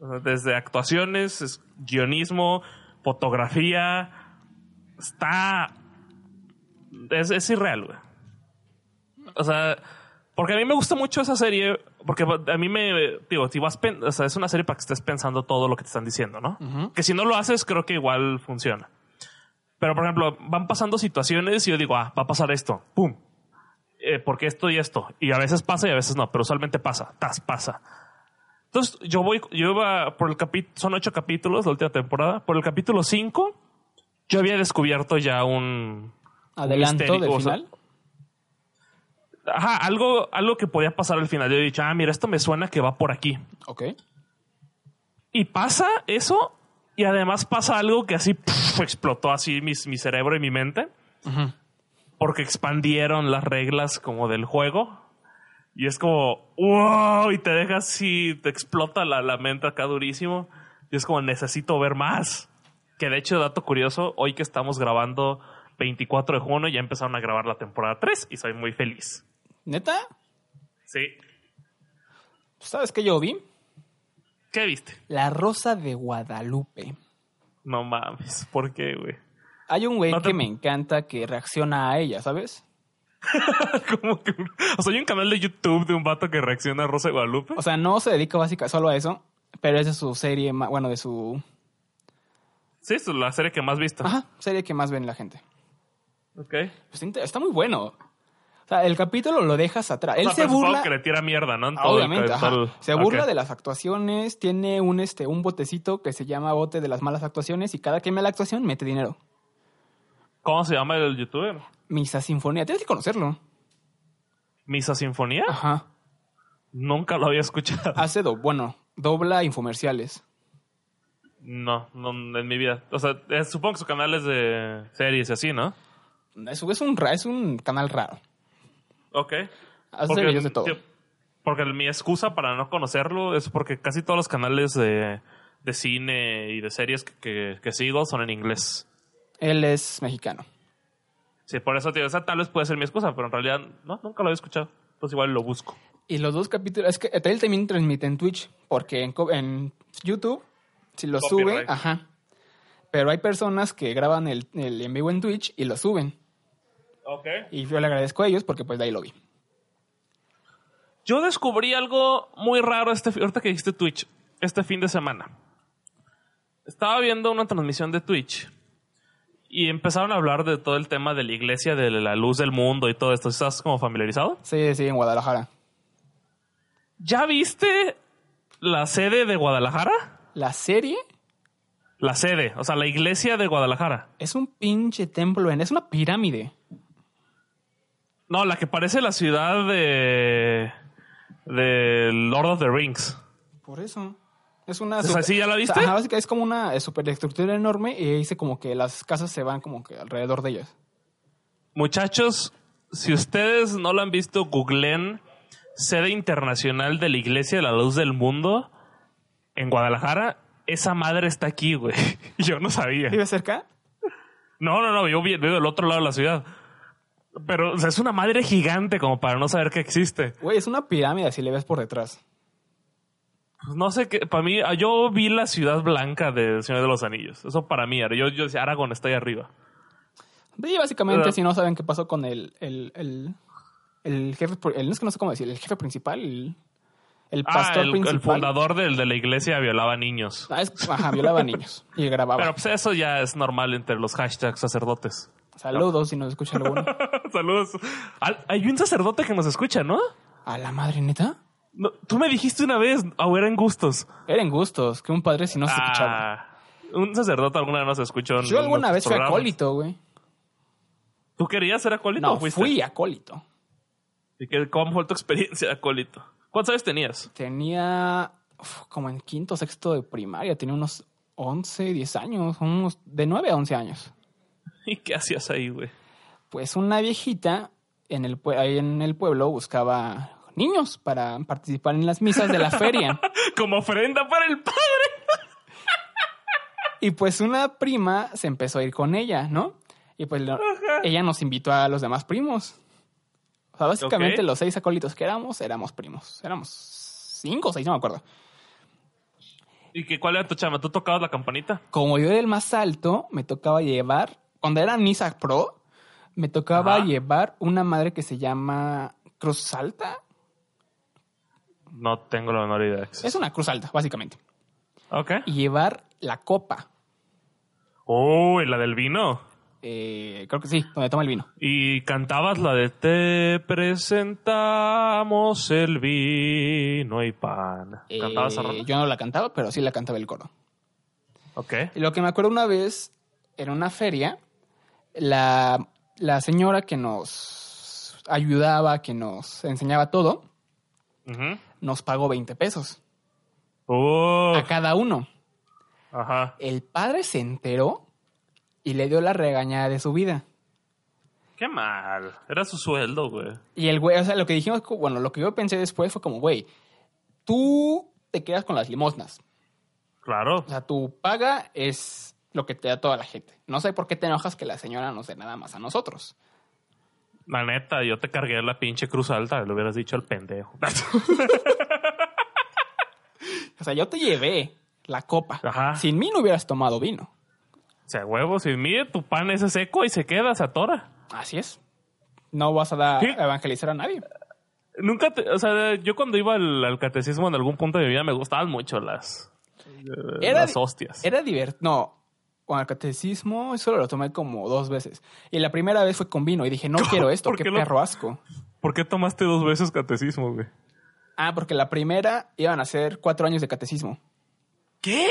A: O sea, Desde actuaciones, es- guionismo, fotografía. Está. Es, es irreal, güey. O sea, porque a mí me gusta mucho esa serie. Porque a mí me. Digo, si vas pen- o sea, es una serie para que estés pensando todo lo que te están diciendo, ¿no?
B: Ujú.
A: Que si no lo haces, creo que igual funciona. Pero, por ejemplo, van pasando situaciones y yo digo, ah, va a pasar esto, pum. Eh, porque esto y esto. Y a veces pasa y a veces no, pero usualmente pasa, tas, pasa. Entonces, yo voy, yo iba por el capítulo, son ocho capítulos la última temporada. Por el capítulo cinco, yo había descubierto ya un.
B: ¿Adelanto
A: misterio,
B: del
A: o sea,
B: final?
A: Ajá, algo, algo que podía pasar al final. Yo he dicho, ah, mira, esto me suena que va por aquí.
B: Ok.
A: Y pasa eso, y además pasa algo que así pf, explotó así mi, mi cerebro y mi mente.
B: Ujú.
A: porque expandieron las reglas como del juego. Y es como, wow, y te deja así, te explota la, la mente acá durísimo. Y es como, necesito ver más. Que de hecho, dato curioso, hoy que estamos grabando 24 de junio, ya empezaron a grabar la temporada 3 y soy muy feliz.
B: ¿Neta?
A: Sí.
B: ¿Sabes qué yo vi?
A: ¿Qué viste?
B: La Rosa de Guadalupe.
A: No mames, ¿por qué, güey?
B: Hay un güey
A: No te-
B: que me encanta que reacciona a ella, ¿sabes?
A: Como que- o sea, hay un canal de YouTube de un vato que reacciona a Rosa de Guadalupe.
B: O sea, no se dedica básicamente solo a eso, pero es de su serie, ma- bueno, de su...
A: Sí, es la serie que más vista.
B: Ajá, serie que más ven la gente.
A: Ok.
B: Está inter- Está muy bueno. O sea, el capítulo lo dejas atrás. Él
A: O sea,
B: se
A: pero supongo
B: burla...
A: que le tira mierda, ¿no? En
B: Ah,
A: todo el-
B: Obviamente,
A: en
B: ajá.
A: todo el-
B: Se burla
A: Ok.
B: de las actuaciones, tiene un, este, un botecito que se llama bote de las malas actuaciones y cada que me la actuación mete dinero.
A: ¿Cómo se llama el youtuber?
B: Misa Sinfonía, tienes que conocerlo.
A: ¿Misa Sinfonía?
B: Ajá.
A: Nunca lo había escuchado.
B: Hace, do bueno, dobla infomerciales.
A: No, no, en mi vida. O sea, eh, supongo que su canal es de series y así, ¿no?
B: Es, es, un, ra- es un canal raro.
A: Ok.
B: Hace
A: Porque-
B: videos de todo.
A: sí, porque mi excusa para no conocerlo es porque casi todos los canales de, de cine y de series que, que- que sigo son en inglés.
B: Él es mexicano.
A: Sí, por eso, tío, esa tal vez puede ser mi excusa, pero en realidad no, nunca lo había escuchado. Entonces igual lo busco.
B: Y los dos capítulos, es que eh, él también transmite en Twitch, porque en, co- en YouTube, si lo sube,
A: Copyright.
B: ajá. Pero hay personas que graban el, el en vivo en Twitch y lo suben.
A: Ok.
B: Y yo le agradezco a ellos porque pues de ahí lo vi.
A: Yo descubrí algo muy raro este, ahorita que dijiste Twitch, este fin de semana. Estaba viendo una transmisión de Twitch y empezaron a hablar de todo el tema de la iglesia, de la luz del mundo y todo esto. ¿Estás como familiarizado?
B: Sí, sí, en Guadalajara.
A: ¿Ya viste la sede de Guadalajara?
B: La serie
A: La sede, o sea, la iglesia de Guadalajara.
B: es un pinche templo, en, es una pirámide.
A: No, la que parece la ciudad de, de Lord of the Rings.
B: Por eso. Es una...
A: sea, ¿sí ya la viste?
B: ajá, básicamente es como una eh, superestructura enorme y dice como que las casas se van como que alrededor de ellas.
A: Muchachos, si ustedes no lo han visto, googleen sede internacional de la Iglesia de la Luz del Mundo en Guadalajara. Esa madre está aquí, güey. Yo no sabía.
B: ¿Vive cerca?
A: No, no, no, yo vi- vivo del otro lado de la ciudad. Pero o sea, es una madre gigante como para no saber que existe.
B: Güey, es una pirámide si le ves por detrás.
A: Pues no sé qué, para mí, ah, yo vi la ciudad blanca de Señor de los Anillos. Eso para mí era. Yo, yo decía, Aragón está ahí arriba.
B: Y básicamente,
A: Pero-
B: si no saben qué pasó con el, el, el, el jefe, pri- el- no es que no sé cómo decir, el jefe principal, el, el
A: Ah,
B: pastor
A: el, el
B: principal.
A: fundador del, de la iglesia violaba niños.
B: Ah, es- ajá, violaba niños y grababa.
A: Pero pues eso ya es normal entre los hashtags sacerdotes.
B: Saludos si nos escucha alguno.
A: Saludos. Al- hay un sacerdote que nos escucha, ¿no?
B: A la madre neta.
A: No, Tú me dijiste una vez, o eran gustos.
B: Eran gustos, que un padre si no se escuchaba.
A: Ah, un sacerdote alguna vez nos escuchó. en
B: Yo alguna
A: nuestros
B: vez fui
A: programas.
B: acólito, güey.
A: ¿Tú querías ser acólito
B: No,
A: o fuiste?
B: fui acólito.
A: ¿Y qué- ¿Cómo fue tu experiencia de acólito? ¿Cuántos años tenías?
B: Tenía uf, como en quinto, sexto de primaria, tenía unos 11, 10 años, unos de 9 a 11 años.
A: ¿Y qué hacías ahí, güey?
B: Pues una viejita en el, pue- ahí en el pueblo buscaba niños para participar en las misas de la feria.
A: Como ofrenda para el padre.
B: Y pues una prima se empezó a ir con ella, ¿no? Y pues lo- ella nos invitó a los demás primos. O sea, básicamente
A: Ok.
B: los seis acólitos que éramos, éramos primos. Éramos cinco o seis, no me acuerdo.
A: ¿Y qué, cuál era tu chama? ¿Tú tocabas la campanita?
B: Como yo era el más alto, me tocaba llevar, cuando era Nisa Pro, me tocaba
A: Ajá.
B: llevar una madre que se llama Cruz Alta.
A: No tengo la menor idea.
B: Es una Cruz Alta, básicamente.
A: Ok.
B: Y llevar la copa.
A: Uy, Oh, la del vino.
B: Eh, creo que sí, donde toma el vino.
A: Y cantabas la de Te presentamos el vino y pan.
B: Eh,
A: Cantabas esa rola?
B: yo no la cantaba, pero sí la cantaba el coro.
A: Ok.
B: Y Lo que me acuerdo una vez, en una feria, la, la señora que nos ayudaba, que nos enseñaba todo,
A: Ujú.
B: nos pagó 20 pesos a
A: Uf,
B: cada uno.
A: ajá.
B: El padre se enteró y le dio la regañada de su vida.
A: Qué mal. Era su sueldo, güey.
B: Y el güey, o sea, lo que dijimos, bueno, lo que yo pensé después fue como, güey, tú te quedas con las limosnas.
A: Claro.
B: O sea, tu paga es lo que te da toda la gente. No sé por qué te enojas que la señora nos dé nada más a nosotros.
A: La neta, yo te cargué la pinche cruz alta. Le hubieras dicho al pendejo.
B: O sea, yo te llevé la copa.
A: Ajá.
B: Sin mí no hubieras tomado vino.
A: Se huevo, sin mire, tu pan ese seco y se queda, se atora.
B: Así es. No vas a dar
A: Sí.
B: a evangelizar a nadie.
A: Nunca, te- o sea, yo cuando iba al, al catecismo en algún punto de mi vida me gustaban mucho las, eh,
B: Era-
A: las hostias.
B: Era divertido. No. Con el catecismo solo lo tomé como dos veces. Y la primera vez fue con vino y dije, no quiero esto,
A: ¿Por
B: qué
A: qué lo-
B: perro asco.
A: ¿Por qué tomaste dos veces catecismo, güey?
B: Ah, porque la primera iban a ser cuatro años de catecismo.
A: ¿Qué?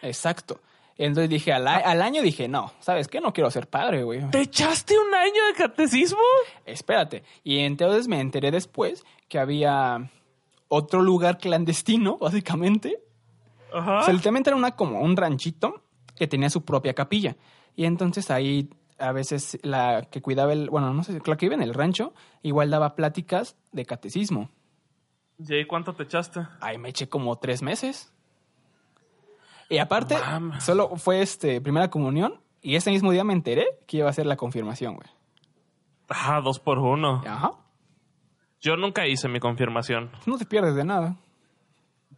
B: Exacto. Entonces dije, al, a- al año dije, no, ¿sabes qué? No quiero ser padre, güey.
A: ¿Te echaste un año de catecismo?
B: Espérate. Y entonces me enteré después que había otro lugar clandestino, básicamente,
A: Ajá.
B: O sea, literalmente era una, como un ranchito que tenía su propia capilla. Y entonces ahí a veces la que cuidaba el, bueno, no sé, la que iba en el rancho, igual daba pláticas de catecismo.
A: ¿Y ahí cuánto te echaste?
B: Ahí me eché como tres meses. Y aparte,
A: Mam.
B: solo fue este primera comunión y ese mismo día me enteré que iba a ser la confirmación, güey.
A: Ajá, Ah, dos por uno.
B: Ajá.
A: Yo nunca hice mi confirmación.
B: No te pierdes de nada.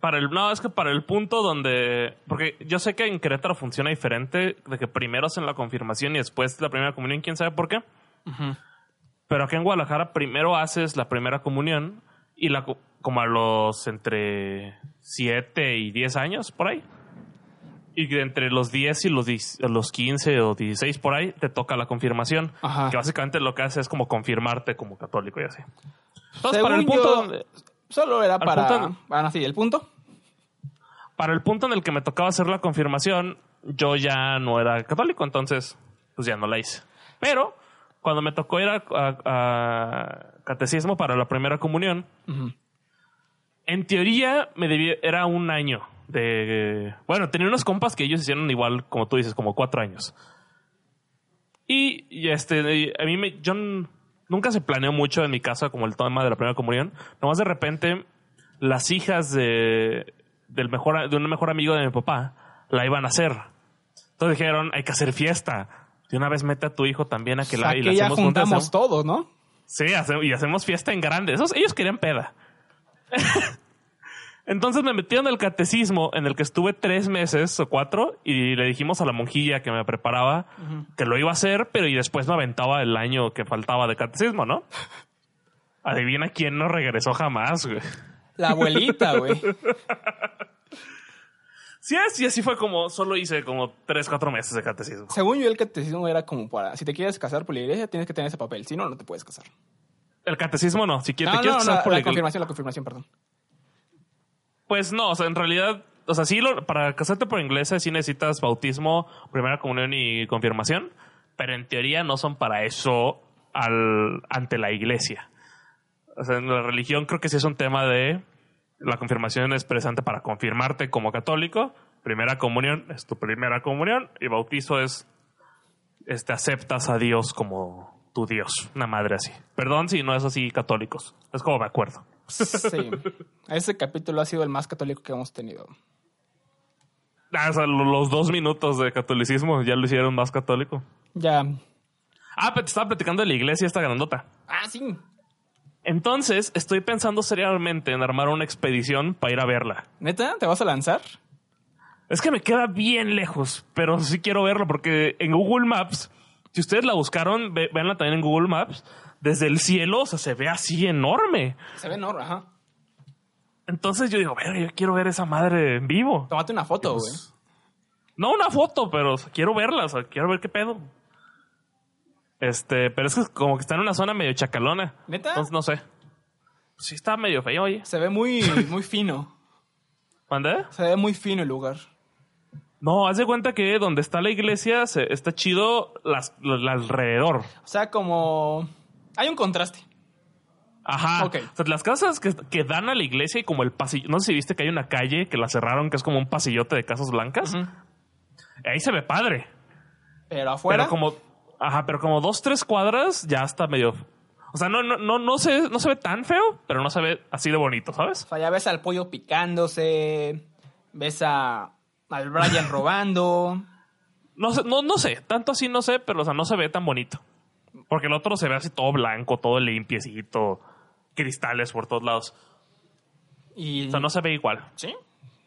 A: Para el, no, es que para el punto donde. Porque yo sé que en Querétaro funciona diferente, de que primero hacen la confirmación y después la primera comunión, quién sabe por qué.
B: Ujú.
A: Pero aquí en Guadalajara primero haces la primera comunión y la co- como a los entre 7 y 10 años por ahí. Y que entre los 10 y los, 10 los 15 o 16 por ahí te toca la confirmación.
B: Ajá.
A: Que básicamente lo que hace es como confirmarte como católico y así. Entonces,
B: Según
A: para el, punto
B: yo,
A: donde-
B: Solo era
A: Al
B: para...
A: punto-
B: Bueno, sí, el punto.
A: para el punto en el que me tocaba hacer la confirmación, yo ya no era católico, entonces pues ya no la hice. Pero cuando me tocó ir a- a- a catecismo para la primera comunión,
B: Ujú.
A: En teoría, me debía, era un año de. Bueno, tenía unos compas que ellos hicieron igual, como tú dices, como cuatro años. Y, y, este, y a mí me. Yo n- nunca se planeó mucho en mi casa como el tema de la primera comunión. Nomás de repente, las hijas de, del mejor, a- de un mejor amigo de mi papá la iban a hacer. Entonces dijeron, hay que hacer fiesta. De una vez mete a tu hijo también a que
B: O
A: la,
B: sea,
A: y la
B: que ya
A: hacemos juntas,
B: juntamos
A: ¿no?
B: todo, ¿no?
A: Sí, hace- y hacemos fiesta en grande. Esos, ellos querían peda. Entonces me metieron al catecismo en el que estuve tres meses o cuatro y le dijimos a la monjilla que me preparaba que lo iba a hacer, pero y después me aventaba el año que faltaba de catecismo, ¿no? Adivina quién no regresó jamás, güey.
B: La abuelita, güey.
A: Sí, así, así fue como solo hice como tres, cuatro meses de catecismo.
B: Según yo, el catecismo era como para, si te quieres casar por la iglesia, tienes que tener ese papel. Si no, no te puedes casar.
A: El catecismo no. Si qui- te
B: No,
A: quieres
B: no,
A: casar
B: no,
A: por la
B: la
A: iglesia-
B: confirmación, la confirmación, perdón.
A: Pues no, o sea, en realidad, o sea, sí, lo- para casarte por inglesa sí necesitas bautismo, primera comunión y confirmación, pero en teoría no son para eso al, ante la iglesia. O sea, en la religión creo que sí es un tema de la confirmación es presente para confirmarte como católico, primera comunión es tu primera comunión y bautizo es, este, aceptas a Dios como tu Dios, una madre así. Perdón si no es así católicos, es como me acuerdo.
B: Sí. Ese capítulo ha sido el más católico que hemos tenido.
A: Ah, o sea, lo- los dos minutos de catolicismo ya lo hicieron más católico.
B: Ya.
A: Ah, pero te estaba platicando de la iglesia esta grandota.
B: Ah, sí.
A: Entonces, estoy pensando seriamente en armar una expedición para ir a verla.
B: ¿Neta? ¿Te vas a lanzar?
A: Es que me queda bien lejos, pero sí quiero verlo porque en Google Maps, si ustedes la buscaron, ve- véanla también en Google Maps, desde el cielo, o sea, se ve así enorme.
B: Se ve enorme, ajá.
A: Entonces yo digo, ver, yo quiero ver esa madre en vivo.
B: Tómate una foto, güey.
A: No una foto, pero o sea, quiero verla, o sea, quiero ver qué pedo. Este, pero es que como que está en una zona medio chacalona.
B: ¿Neta?
A: Entonces no sé. Pues Sí está medio feo, oye.
B: Se ve muy, muy fino.
A: ¿Mandé?
B: Se ve muy fino el lugar.
A: No, haz de cuenta que donde está la iglesia se- está chido las, la- la alrededor.
B: O sea, como... Hay un contraste.
A: Ajá.
B: Ok.
A: O sea, las casas que, que dan a la iglesia y como el pasillo. No sé si viste que hay una calle que la cerraron, que es como un pasillote de casas blancas.
B: Ujú.
A: Ahí se ve padre.
B: Pero afuera...
A: Pero como, ajá, pero como dos, tres cuadras ya está medio. O sea, no, no, no, no, se, no se ve tan feo, pero no se ve así de bonito, ¿sabes?
B: O sea, ya ves al pollo picándose, ves a, al Brian robando.
A: No sé, no, no sé, tanto así no sé, pero o sea, no se ve tan bonito. Porque el otro se ve así todo blanco, todo limpiecito, cristales por todos lados.
B: Y,
A: O sea, no se ve igual.
B: ¿Sí?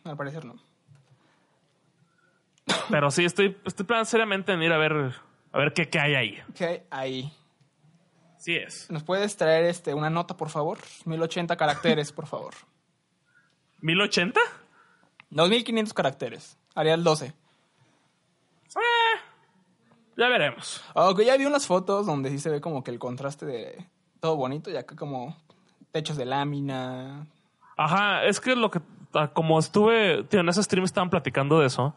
B: Al parecer no.
A: Pero sí, estoy, estoy plan seriamente en ir a ver, a ver qué, qué hay ahí.
B: Ok, ahí.
A: Sí es.
B: ¿Nos puedes traer este, una nota, por favor? 1080 caracteres, por favor.
A: ¿1080?
B: 2500 caracteres. Arial 12.
A: Eh, ya veremos.
B: Aunque ya vi unas fotos donde sí se ve como que el contraste de todo bonito y acá como techos de lámina.
A: Ajá, es que lo que ah, como estuve, tío, en ese stream estaban platicando de eso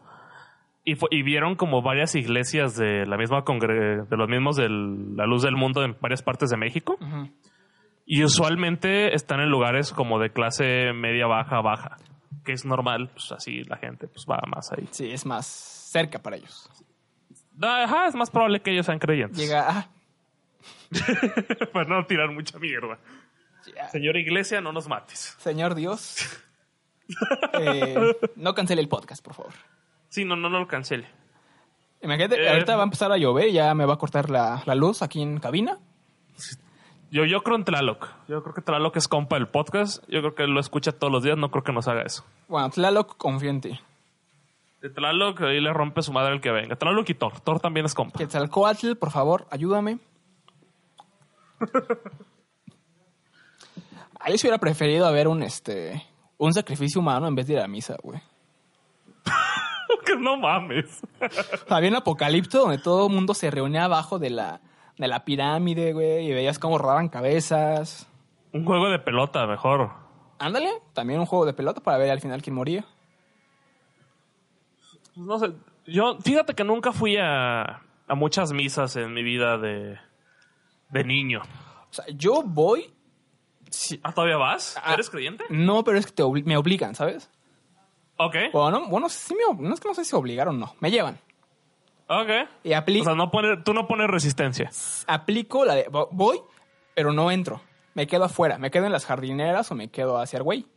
A: y, fue- y vieron como varias iglesias de la misma congre- de los mismos de la luz del mundo en varias partes de México
B: Ujú.
A: y usualmente están en lugares como de clase media baja baja, que es normal, pues así la gente pues va más ahí. Ah,
B: Sí, es más cerca para ellos.
A: Ajá, es más probable que ellos sean creyentes.
B: Llega... Ah,
A: Para no tirar mucha mierda.
B: ya.
A: Señor iglesia, no nos mates.
B: Señor Dios, eh, no cancele el podcast, por favor.
A: Sí, no no no lo cancele.
B: Imagínate,
A: Eh.
B: ahorita va a empezar a llover y ya me va a cortar la, la luz aquí en cabina.
A: Yo, yo creo en Tlaloc. Yo creo que Tlaloc es compa del podcast. Yo creo que lo escucha todos los días. No creo que nos haga eso.
B: Bueno, Tlaloc, confío en ti.
A: De Tlaloc, ahí le rompe su madre el que venga. Tlaloc y Thor. Thor también es compa.
B: Quetzalcoatl, por favor, ayúdame. Ahí se Ah, hubiera preferido haber un este un sacrificio humano en vez de ir a misa, güey.
A: Que no mames.
B: Había un apocalipto donde todo el mundo se reunía abajo de la, de la pirámide, güey, y veías cómo rodaban cabezas.
A: Un juego de pelota, mejor.
B: Ándale, también un juego de pelota para ver al final quién moría.
A: No sé. Yo, fíjate que nunca fui a, a muchas misas en mi vida de, de niño.
B: O sea, yo voy. sí.
A: ¿Ah, todavía vas?
B: Ah.
A: ¿Eres creyente?
B: No, pero es que te obli- me obligan, ¿sabes?
A: Ok.
B: Bueno, bueno, sí me ob- no es que no sé si obligaron o no. Me llevan.
A: Ok.
B: Y apli-
A: O sea, no pone, tú no pones resistencia.
B: aplico la de vo- voy, pero no entro. Me quedo afuera. Me quedo en las jardineras o me quedo hacia el güey.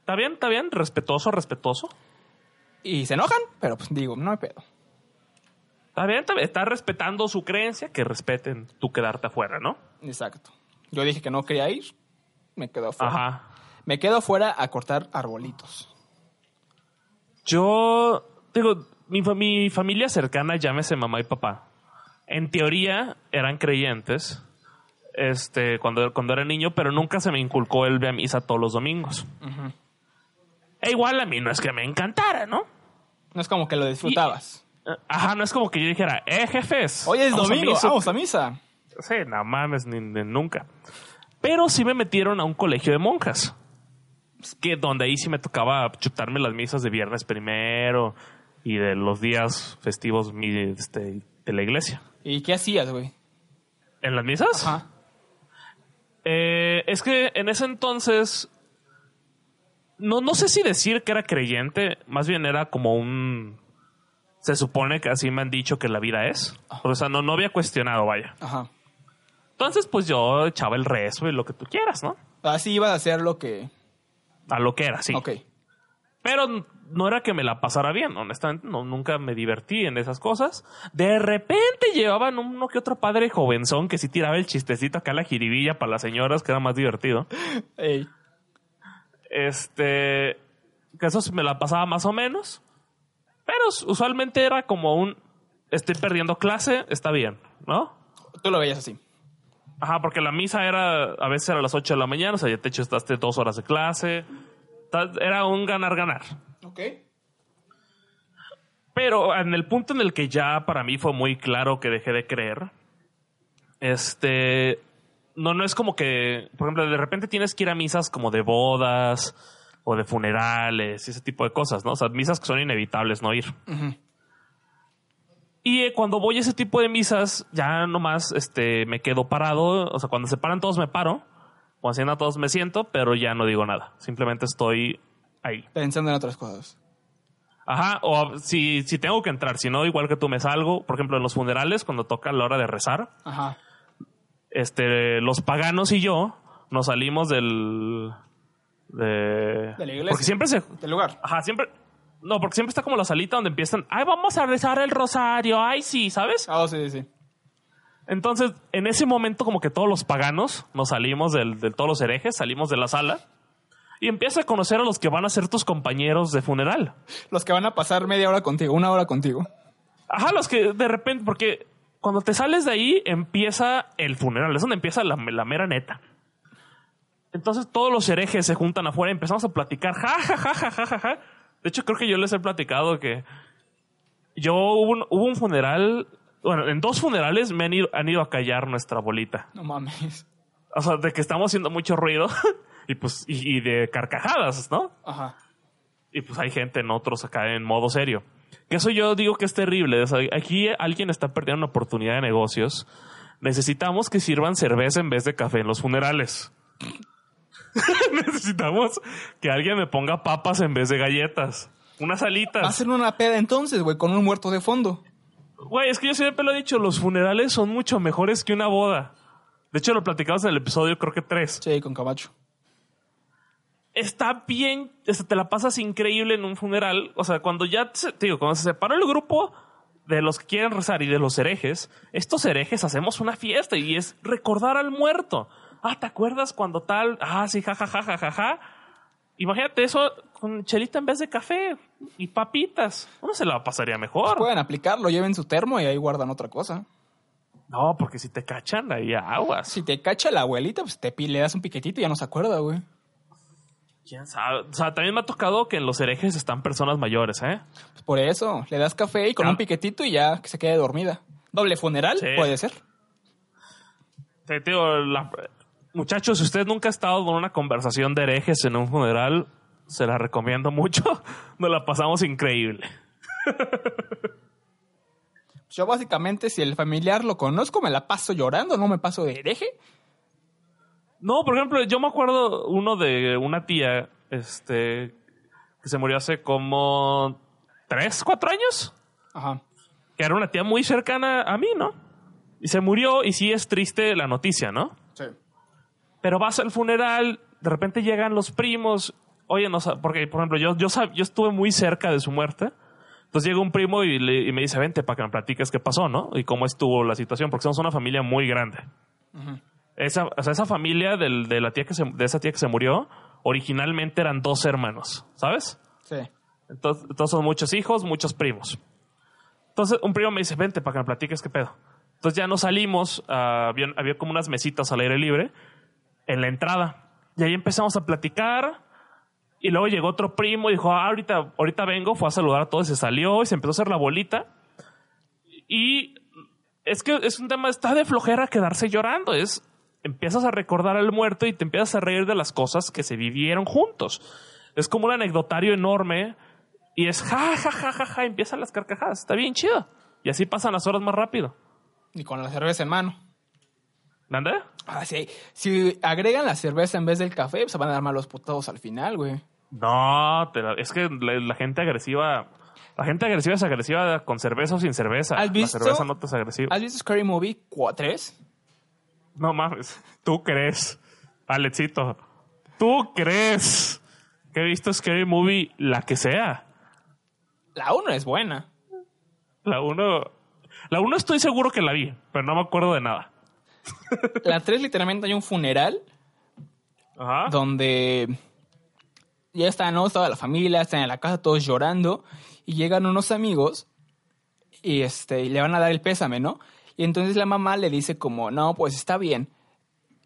A: ¿Está bien? ¿Está bien? ¿Respetuoso? ¿Respetuoso?
B: Y se enojan, pero pues digo, no me pedo.
A: Está bien, está bien. Está respetando su creencia, que respeten tú quedarte afuera, ¿no?
B: Exacto. Yo dije que no quería ir, me quedo afuera.
A: Ajá.
B: Me quedo afuera a cortar arbolitos.
A: Yo, digo, mi, fa- mi familia cercana, llámese mamá y papá, en teoría eran creyentes este, cuando, cuando era niño, pero nunca se me inculcó el ver a misa todos los domingos. E igual a mí no es que me encantara, ¿no?
B: No es como que lo disfrutabas.
A: Eh, Ajá, no es como que yo dijera, eh, jefes.
B: Hoy es
A: vamos a
B: domingo, ah,
A: misa".
B: vamos a misa.
A: Sí, no mames, ni, ni nunca. Pero sí me metieron a un colegio de monjas. Que donde ahí sí me tocaba chutarme las misas de viernes primero y de los días festivos mi- este, de la iglesia.
B: ¿Y qué hacías, güey?
A: ¿En las misas?
B: Ajá.
A: Eh, es que en ese entonces. No, no sé si decir que era creyente, más bien era como un. Se supone que así me han dicho que la vida es. O sea, no, no había cuestionado, vaya.
B: Ajá.
A: Entonces, pues yo echaba el rezo y lo que tú quieras, ¿no?
B: Así ibas a hacer lo que.
A: A lo que era, sí.
B: Ok.
A: Pero n- no era que me la pasara bien, honestamente, no, nunca me divertí en esas cosas. De repente llevaban uno que otro padre jovenzón que sí tiraba el chistecito acá a la jiribilla para las señoras, que era más divertido.
B: Ey.
A: Este, que eso sí me la pasaba más o menos. Pero us- usualmente era como un, estoy perdiendo clase, está bien, ¿no?
B: Tú lo veías así.
A: Ajá, porque la misa era, a veces era a las 8 de la mañana, o sea, ya te echaste dos horas de clase. Ta- Era un ganar-ganar.
B: Ok.
A: Pero en el punto en el que ya para mí fue muy claro que dejé de creer, este, no, no es como que, por ejemplo, de repente tienes que ir a misas como de bodas o de funerales y ese tipo de cosas, ¿no? O sea, misas que son inevitables no ir. Y eh, cuando voy a ese tipo de misas, ya nomás este, me quedo parado. O sea, cuando se paran todos me paro. Cuando se llenan todos me siento, pero ya no digo nada. Simplemente estoy ahí.
B: Pensando en otras cosas.
A: Ajá, o si, si tengo que entrar, si no, igual que tú me salgo. Por ejemplo, en los funerales, cuando toca la hora de rezar,
B: Ajá.
A: este, los paganos y yo nos salimos del. De,
B: la iglesia.
A: Porque siempre se.
B: Del lugar.
A: Ajá, siempre. No, porque siempre está como la salita donde empiezan. Ay, vamos a rezar el rosario. Ay, sí, ¿sabes?
B: Ah, sí, sí, sí.
A: Entonces, en ese momento, como que todos los paganos nos salimos del- de todos los herejes, salimos de la sala y empiezas a conocer a los que van a ser tus compañeros de funeral.
B: Los que van a pasar media hora contigo, una hora contigo.
A: Ajá, los que de repente, porque cuando te sales de ahí empieza el funeral, es donde empieza la, la mera neta. Entonces todos los herejes se juntan afuera y empezamos a platicar. Ja, ja, ja, ja, ja, ja, ja. De hecho, creo que yo les he platicado que yo hubo un, hubo un funeral, bueno, en dos funerales me han ido, han ido a callar nuestra bolita.
B: No mames.
A: O sea, de que estamos haciendo mucho ruido y pues, y- y de carcajadas, ¿no?
B: Ajá.
A: y pues hay gente en otros acá en modo serio. Que eso yo digo que es terrible. O sea, aquí alguien está perdiendo una oportunidad de negocios. Necesitamos que sirvan cerveza en vez de café en los funerales. Necesitamos que alguien me ponga papas en vez de galletas. Unas
B: Va a
A: alitas.
B: ser una peda entonces, güey, con un muerto de fondo.
A: Güey, es que yo siempre lo he dicho, los funerales son mucho mejores que una boda. De hecho, lo platicamos en el episodio, creo que tres.
B: Sí, con Camacho.
A: está bien, o sea, te la pasas increíble en un funeral. O sea, cuando ya, se- te digo, cuando se separó el grupo de los que quieren rezar y de los herejes, estos herejes hacemos una fiesta y es recordar al muerto. Ah, ¿te acuerdas cuando tal? Ah, sí, ja, ja, ja, ja, ja, ja. Imagínate eso con chelita en vez de café y papitas. Uno se la pasaría mejor.
B: Pues Pueden aplicarlo, lleven su termo y ahí guardan otra cosa.
A: No, porque si te cachan ahí aguas.
B: Si te cacha la abuelita, pues te pi- le das un piquetito y ya no se acuerda, güey.
A: ¿Quién sabe? O sea, también me ha tocado que en los herejes están personas mayores, ¿eh?
B: Pues por eso, le das café y con
A: Ya.
B: un piquetito y ya que se quede dormida. Doble funeral,
A: Sí.
B: puede ser.
A: Te digo, la- muchachos, si usted nunca ha estado en una conversación de herejes en un funeral, se la recomiendo mucho. Nos la pasamos increíble.
B: Pues Yo básicamente, si el familiar lo conozco, me la paso llorando, no me paso de hereje.
A: No, por ejemplo, yo me acuerdo uno de una tía, este, que se murió hace como tres, cuatro años,
B: Ajá.
A: que era una tía muy cercana a mí, ¿no? Y se murió y sí es triste la noticia, ¿no?
B: Sí.
A: pero vas al funeral, de repente llegan los primos, oye, no, sa- porque por ejemplo yo, yo, sab- yo estuve muy cerca de su muerte, entonces llega un primo y, le- y me dice, vente para que me platiques qué pasó, ¿no? Y cómo estuvo la situación, porque somos una familia muy grande. esa, o sea, esa familia del- de, la tía que se- de esa tía que se murió, originalmente eran dos hermanos, ¿sabes?
B: Sí.
A: Entonces, entonces son muchos hijos, muchos primos. Entonces un primo me dice, vente para que me platiques qué pedo. Entonces ya nos salimos, ah, había, había como unas mesitas al aire libre en la entrada. Y ahí empezamos a platicar. Y luego llegó otro primo y dijo, ah, ahorita, ahorita vengo, fue a saludar a todos y se salió y se empezó a hacer la bolita. Y es que es un tema, está de flojera quedarse llorando. Es empiezas a recordar al muerto y te empiezas a reír de las cosas que se vivieron juntos. Es como un anecdotario enorme y es ja, ja, ja, ja, ja, y empiezan las carcajadas. Está bien chido. Y así pasan las horas más rápido.
B: Y con la cerveza en mano.
A: ¿Nanda?
B: Ah, sí. Si agregan la cerveza en vez del café, pues se van a dar malos putados al final, güey.
A: No, te la- es que la, la gente agresiva. La gente agresiva es agresiva con cerveza o sin cerveza.
B: ¿Has visto?
A: La cerveza no te es agresiva.
B: ¿Has visto Scary Movie 3?
A: No mames. ¿Tú crees? Alexito. ¿Tú crees que he visto Scary Movie la que sea?
B: La 1 es buena.
A: La uno. La uno estoy seguro que la vi, pero no me acuerdo de nada.
B: La 3 literalmente hay un funeral
A: Ajá.
B: donde ya está, ¿no? Estaba la familia, están en la casa todos llorando y llegan unos amigos y, este, y le van a dar el pésame, ¿no? Y entonces la mamá le dice como, no, pues está bien.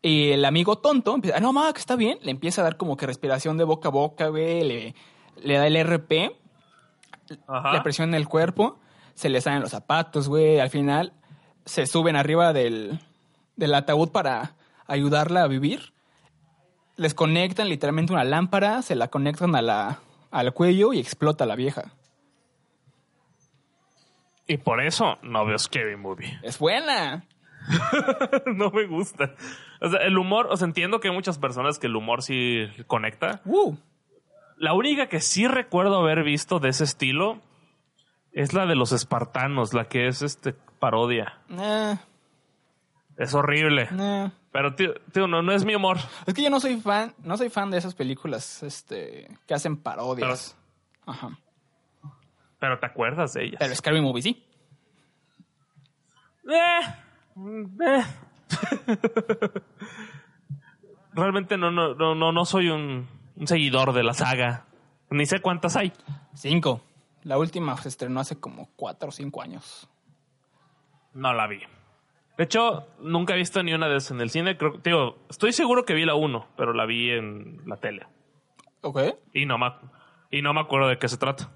B: Y el amigo tonto empieza, "Ah, no, mamá, que está bien. Le empieza a dar como que respiración de boca a boca, güey, le, le da el RP.
A: Ajá.
B: le presiona el cuerpo, se le salen los zapatos, güey, al final se suben arriba del, del ataúd para ayudarla a vivir. Les conectan literalmente una lámpara, se la conectan a la, al cuello y explota la vieja.
A: Y por eso no veo Scary Movie.
B: Es buena.
A: no me gusta. O sea, el humor, o sea, entiendo que hay muchas personas que el humor sí conecta.
B: Uh,
A: La única que sí recuerdo haber visto de ese estilo es la de los espartanos, la que es este parodia.
B: nah,
A: Es horrible.
B: nah.
A: Pero tío, tío, no, no es mi humor.
B: Es que yo no soy fan, no soy fan de esas películas este, que hacen parodias. Ajá.
A: Pero te acuerdas de ellas.
B: Pero Scary Movie sí.
A: Eh, mm, eh. Realmente no, no, no, no, no soy un, un seguidor de la saga. Ni sé cuántas hay.
B: Cinco. La última se estrenó hace como cuatro o cinco años.
A: No la vi. De hecho, nunca he visto ni una de esas en el cine. Creo, digo, estoy seguro que vi la 1, pero la vi en la tele.
B: ¿Ok?
A: Y no, me, y no me acuerdo de qué se trata.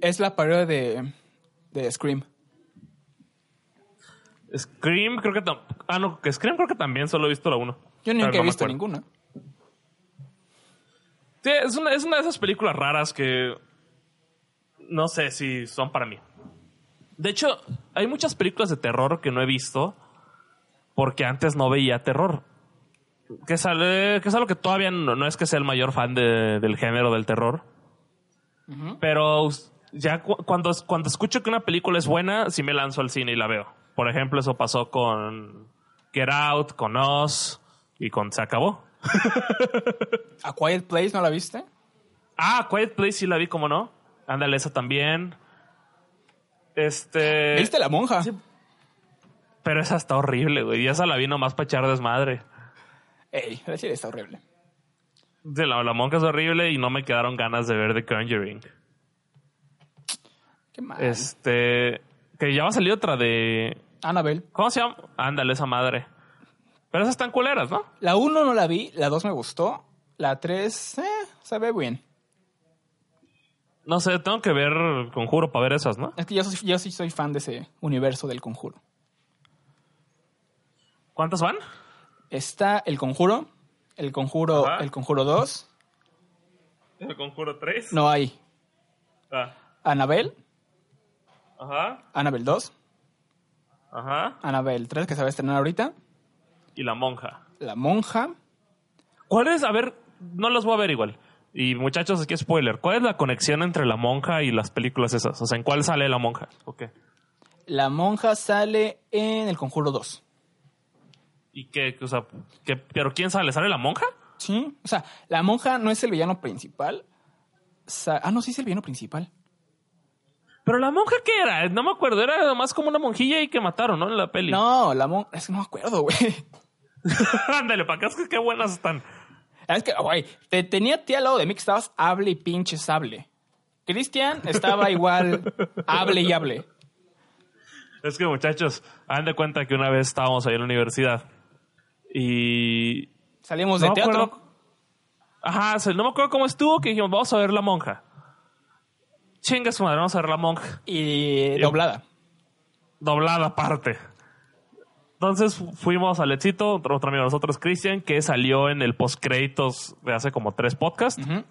B: Es la parodia de, de Scream.
A: Scream, creo que... tam- Ah, no, que Scream creo que también solo he visto la 1.
B: Yo
A: Pero
B: nunca
A: no
B: he
A: me
B: visto
A: acuerdo.
B: ninguna.
A: Sí, es una, es una de esas películas raras que... No sé si son para mí. De hecho, hay muchas películas de terror que no he visto porque antes no veía terror. Que, sale, que es algo que todavía no, no es que sea el mayor fan de- del género del terror. Pero us- ya cu- cuando, es- cuando escucho que una película es buena, sí me lanzo al cine y la veo. Por ejemplo, eso pasó con Get Out, con Oz y con Se Acabó.
B: ¿A Quiet Place no la viste?
A: Ah, Quiet Place sí la vi, como no. Ándale, esa también. Este.
B: ¿Viste La Monja?
A: sí. Pero esa está horrible, güey. Y esa la vi nomás para echar desmadre.
B: Ey, la serie está horrible.
A: De la, la monja es horrible y no me quedaron ganas de ver The Conjuring.
B: Qué mal.
A: Este. Que ya va a salir otra de.
B: Annabelle.
A: ¿Cómo se llama? Ándale, esa madre. Pero esas están culeras, ¿no?
B: La 1 no la vi, la 2 me gustó, la 3 eh, se ve bien.
A: No sé, tengo que ver Conjuro para ver esas, ¿no?
B: Es que yo, soy, yo sí soy fan de ese universo del conjuro.
A: ¿Cuántas van?
B: Está El Conjuro, El Conjuro,
A: Ajá.
B: El Conjuro 2,
A: El Conjuro 3.
B: no hay. Annabelle,
A: ajá,
B: Annabelle 2,
A: ajá.
B: Annabelle 3 que se va a estrenar ahorita,
A: Y La Monja.
B: La Monja.
A: ¿Cuál es? A ver, no las voy a ver igual. Y muchachos, aquí spoiler. ¿Cuál es la conexión entre La Monja y las películas esas? O sea, ¿en cuál sale La Monja? Ok.
B: La Monja sale en El Conjuro 2.
A: ¿Y qué? O sea, ¿qué- ¿pero quién sale? ¿Sale La Monja?
B: Sí, o sea, la monja no es el villano principal. Sa- ah, no, sí es el villano principal.
A: ¿Pero La Monja qué era? No me acuerdo. Era nomás como una monjilla y que mataron, ¿no? En la peli.
B: No, la monja, es que no me acuerdo, güey.
A: Ándale, para acá, es que qué buenas están.
B: La verdad Ah, es que, oh, güey, te tenía a ti al lado de mí que estabas hable y pinches hable. Cristian estaba igual hable y hable.
A: Es que muchachos, hagan de cuenta que una vez estábamos ahí en la universidad y...
B: Salimos de
A: no me
B: teatro.
A: acuerdo- Ajá, se- no me acuerdo cómo estuvo que dijimos, vamos a ver La Monja. Chinga su madre, vamos a ver La Monja.
B: Y doblada.
A: Doblada aparte. Entonces fu- fuimos a Lechito, otro otro amigo de nosotros, Cristian, que salió en el postcréditos de hace como tres podcasts.
B: Ujú.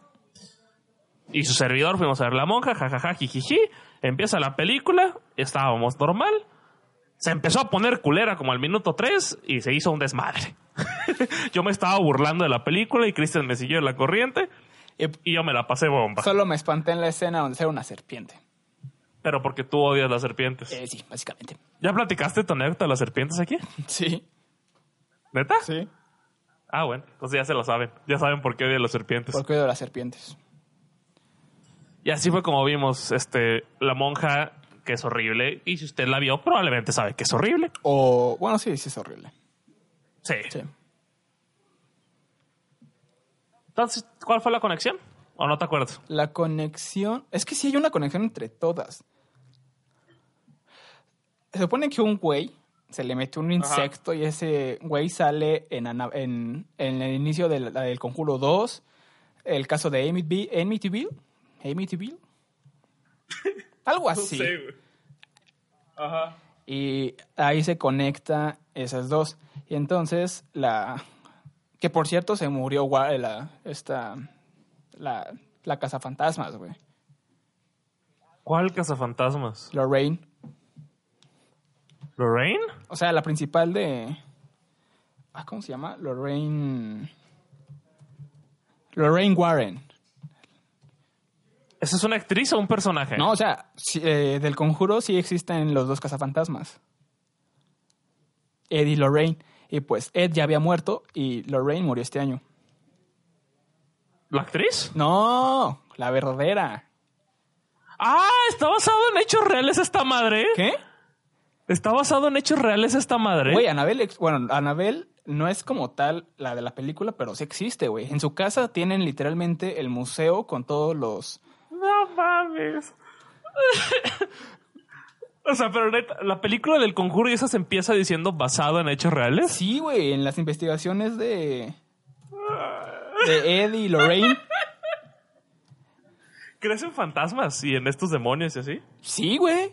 A: Y su servidor fuimos a ver La Monja, jajaja, jijiji. Empieza la película, estábamos normal. Se empezó a poner culera como al minuto 3 y se hizo un desmadre. yo me estaba burlando de la película y Cristian me siguió en la corriente
B: Y
A: y yo me la pasé bomba.
B: solo me espanté en la escena donde era una serpiente.
A: Pero porque tú odias las serpientes.
B: Eh, sí, básicamente.
A: ¿Ya platicaste tu anécdota de las serpientes aquí?
B: Sí,
A: ¿Neta?
B: sí.
A: Ah, bueno, entonces ya se lo saben. Ya saben por qué odio las serpientes.
B: Por cuidado de las serpientes.
A: Y así fue como vimos este, La Monja, que es horrible. Y si usted la vio, probablemente sabe que es horrible.
B: O, bueno, sí, sí es horrible.
A: Sí.
B: Sí.
A: Entonces, ¿cuál fue la conexión? ¿O no te acuerdas?
B: La conexión. Es que sí hay una conexión entre todas. Se supone que un güey se le mete un insecto y ese güey sale en, Ana- en- en el inicio de la- del Conjuro 2. El caso de Amity- Amityville. Amityville. Algo así.
A: güey. Ajá.
B: Y ahí se conecta esas dos. Y entonces la... Que por cierto se murió gua- la, esta, la, la cazafantasmas, güey.
A: ¿Cuál cazafantasmas?
B: Lorraine.
A: ¿Lorraine?
B: O sea, la principal de... Ah, ¿Cómo se llama? Lorraine... Lorraine Warren.
A: ¿Esa es una actriz o un personaje?
B: No, o sea, sí, eh, del conjuro sí existen los dos cazafantasmas. Ed y Lorraine. Y pues Ed ya había muerto y Lorraine murió este año.
A: ¿La actriz?
B: No, la verdadera.
A: Ah, está basado en hechos reales esta madre.
B: ¿Qué?
A: Está basado en hechos reales esta madre.
B: Güey, Anabel, ex- bueno, Anabel no es como tal la de la película, pero sí existe, güey. En su casa tienen literalmente el museo con todos los...
A: No mames. o sea, pero neta, la película del conjuro y esa se empieza diciendo basado en hechos reales.
B: Sí, güey, en las investigaciones de... De Eddie y Lorraine.
A: ¿Crees en fantasmas y en estos demonios y así?
B: Sí, güey.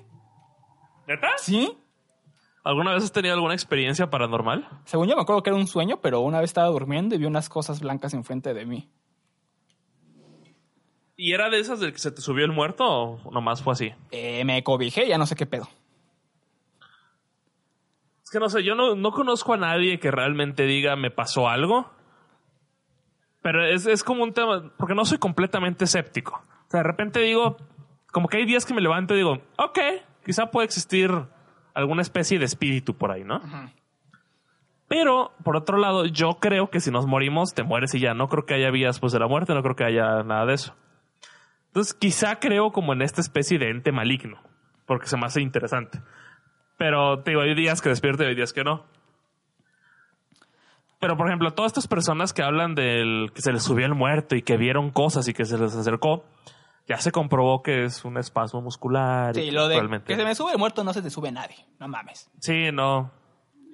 A: ¿Neta?
B: Sí.
A: ¿Alguna vez has tenido alguna experiencia paranormal?
B: Según yo me acuerdo que era un sueño, pero una vez estaba durmiendo y vi unas cosas blancas enfrente de mí.
A: ¿Y era de esas del que se te subió el muerto o nomás fue así?
B: Eh, me cobijé, ya no sé qué pedo.
A: Es que no sé, yo no, no conozco a nadie que realmente diga me pasó algo. Pero es, es como un tema, porque no soy completamente escéptico. O sea, de repente digo, como que hay días que me levanto y digo, ok, quizá puede existir alguna especie de espíritu por ahí, ¿no? Pero, por otro lado, yo creo que si nos morimos, te mueres y ya. No creo que haya vías pues, de la muerte, no creo que haya nada de eso. Entonces, quizá creo como en esta especie de ente maligno, porque se me hace interesante. Pero te digo, hay días que despierto y hay días que no. Pero, por ejemplo, todas estas personas que hablan del que se les subió el muerto y que vieron cosas y que se les acercó, ya se comprobó que es un espasmo muscular. y
B: Sí,
A: que
B: lo de
A: realmente-
B: que se me sube el muerto no se te sube nadie. No mames.
A: Sí, no.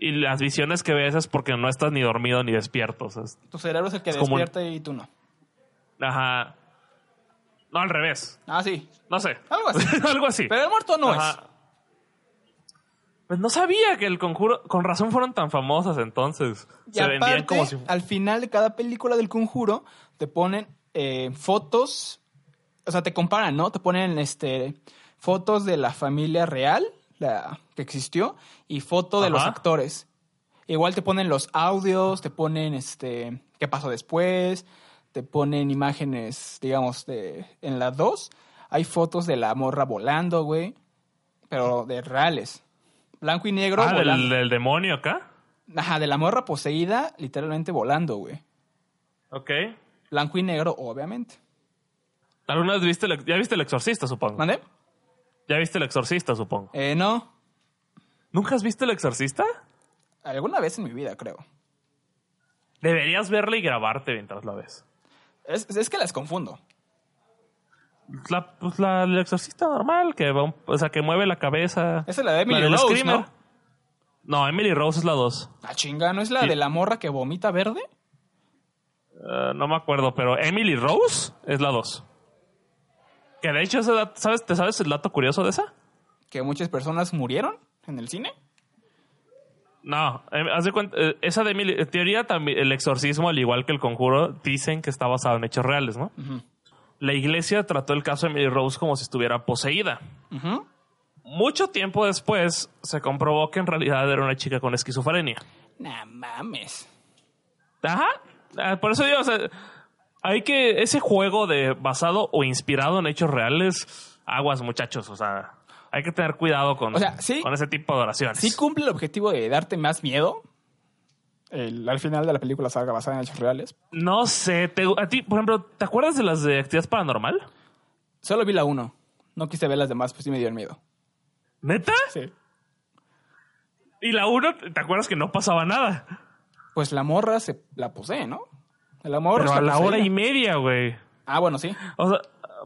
A: Y las visiones que ves es porque no estás ni dormido ni despierto. o sea, es-
B: Tu cerebro es el que
A: Es como un-
B: despierta y tú no.
A: Ajá. No, al revés.
B: Ah, sí.
A: No sé.
B: Algo así.
A: Algo así.
B: Pero el muerto no es.
A: Ajá. Pues no sabía que el conjuro. Con razón fueron tan famosas entonces.
B: Y
A: Se vendían
B: aparte,
A: como si.
B: al final de cada película del conjuro, te ponen eh, fotos, o sea, te comparan, ¿no? Te ponen este fotos de la familia real, la que existió, y foto de los
A: Ajá.
B: actores. Igual te ponen los audios, te ponen este qué pasó después, te ponen imágenes, digamos, de en la 2. Hay fotos de la morra volando, güey, pero de reales. Blanco y negro.
A: Ah,
B: volando.
A: del, del demonio acá.
B: Ajá, de la morra poseída, literalmente volando, güey.
A: Ok.
B: Blanco y negro, obviamente.
A: ¿Alguna vez viste el, ya viste el exorcista, supongo?
B: ¿Mande?
A: Ya viste el exorcista, supongo.
B: Eh, no.
A: ¿Nunca has visto el exorcista?
B: Alguna vez en mi vida, creo.
A: Deberías verla y grabarte mientras la ves.
B: Es, es que las confundo.
A: La, pues la, el exorcista normal, que va un- o sea, que mueve la cabeza.
B: Esa es la de Emily
A: del
B: Rose,
A: Screamer.
B: ¿no?
A: No, Emily Rose es la 2.
B: La chinga, ¿no es la
A: Sí.
B: de la morra que vomita verde?
A: Eh, no me acuerdo, pero Emily Rose es la 2. Que de hecho, ese dato- ¿sabes, ¿te sabes el dato curioso de esa?
B: Que muchas personas murieron en el cine.
A: No, eh, haz de cuenta, eh, esa de Emily, en teoría también, el exorcismo, al igual que el conjuro, dicen que está basado en hechos reales, ¿no?
B: Ujú.
A: La iglesia trató el caso de Emily Rose como si estuviera poseída.
B: Ujú.
A: Mucho tiempo después se comprobó que en realidad era una chica con esquizofrenia.
B: Nah mames.
A: Ajá. Ah, Por eso digo, o sea, hay que ese juego de basado o inspirado en hechos reales, aguas muchachos, o sea, hay que tener cuidado con,
B: O sea, sí.
A: con ese tipo de oraciones.
B: Sí cumple el objetivo de darte más miedo. El- al final de la película salga basada en hechos reales.
A: no sé, te- a ti, por ejemplo, ¿te acuerdas de las de actividad paranormal?
B: Solo vi la uno. No quise ver las demás, pues sí me dio miedo.
A: ¿Neta?
B: Sí.
A: Y la uno, ¿te acuerdas que no pasaba nada?
B: Pues la morra se la posee, ¿no? La morra
A: Pero
B: está
A: a la hora
B: poseída.
A: y media, güey.
B: Ah, bueno, sí.
A: O sea,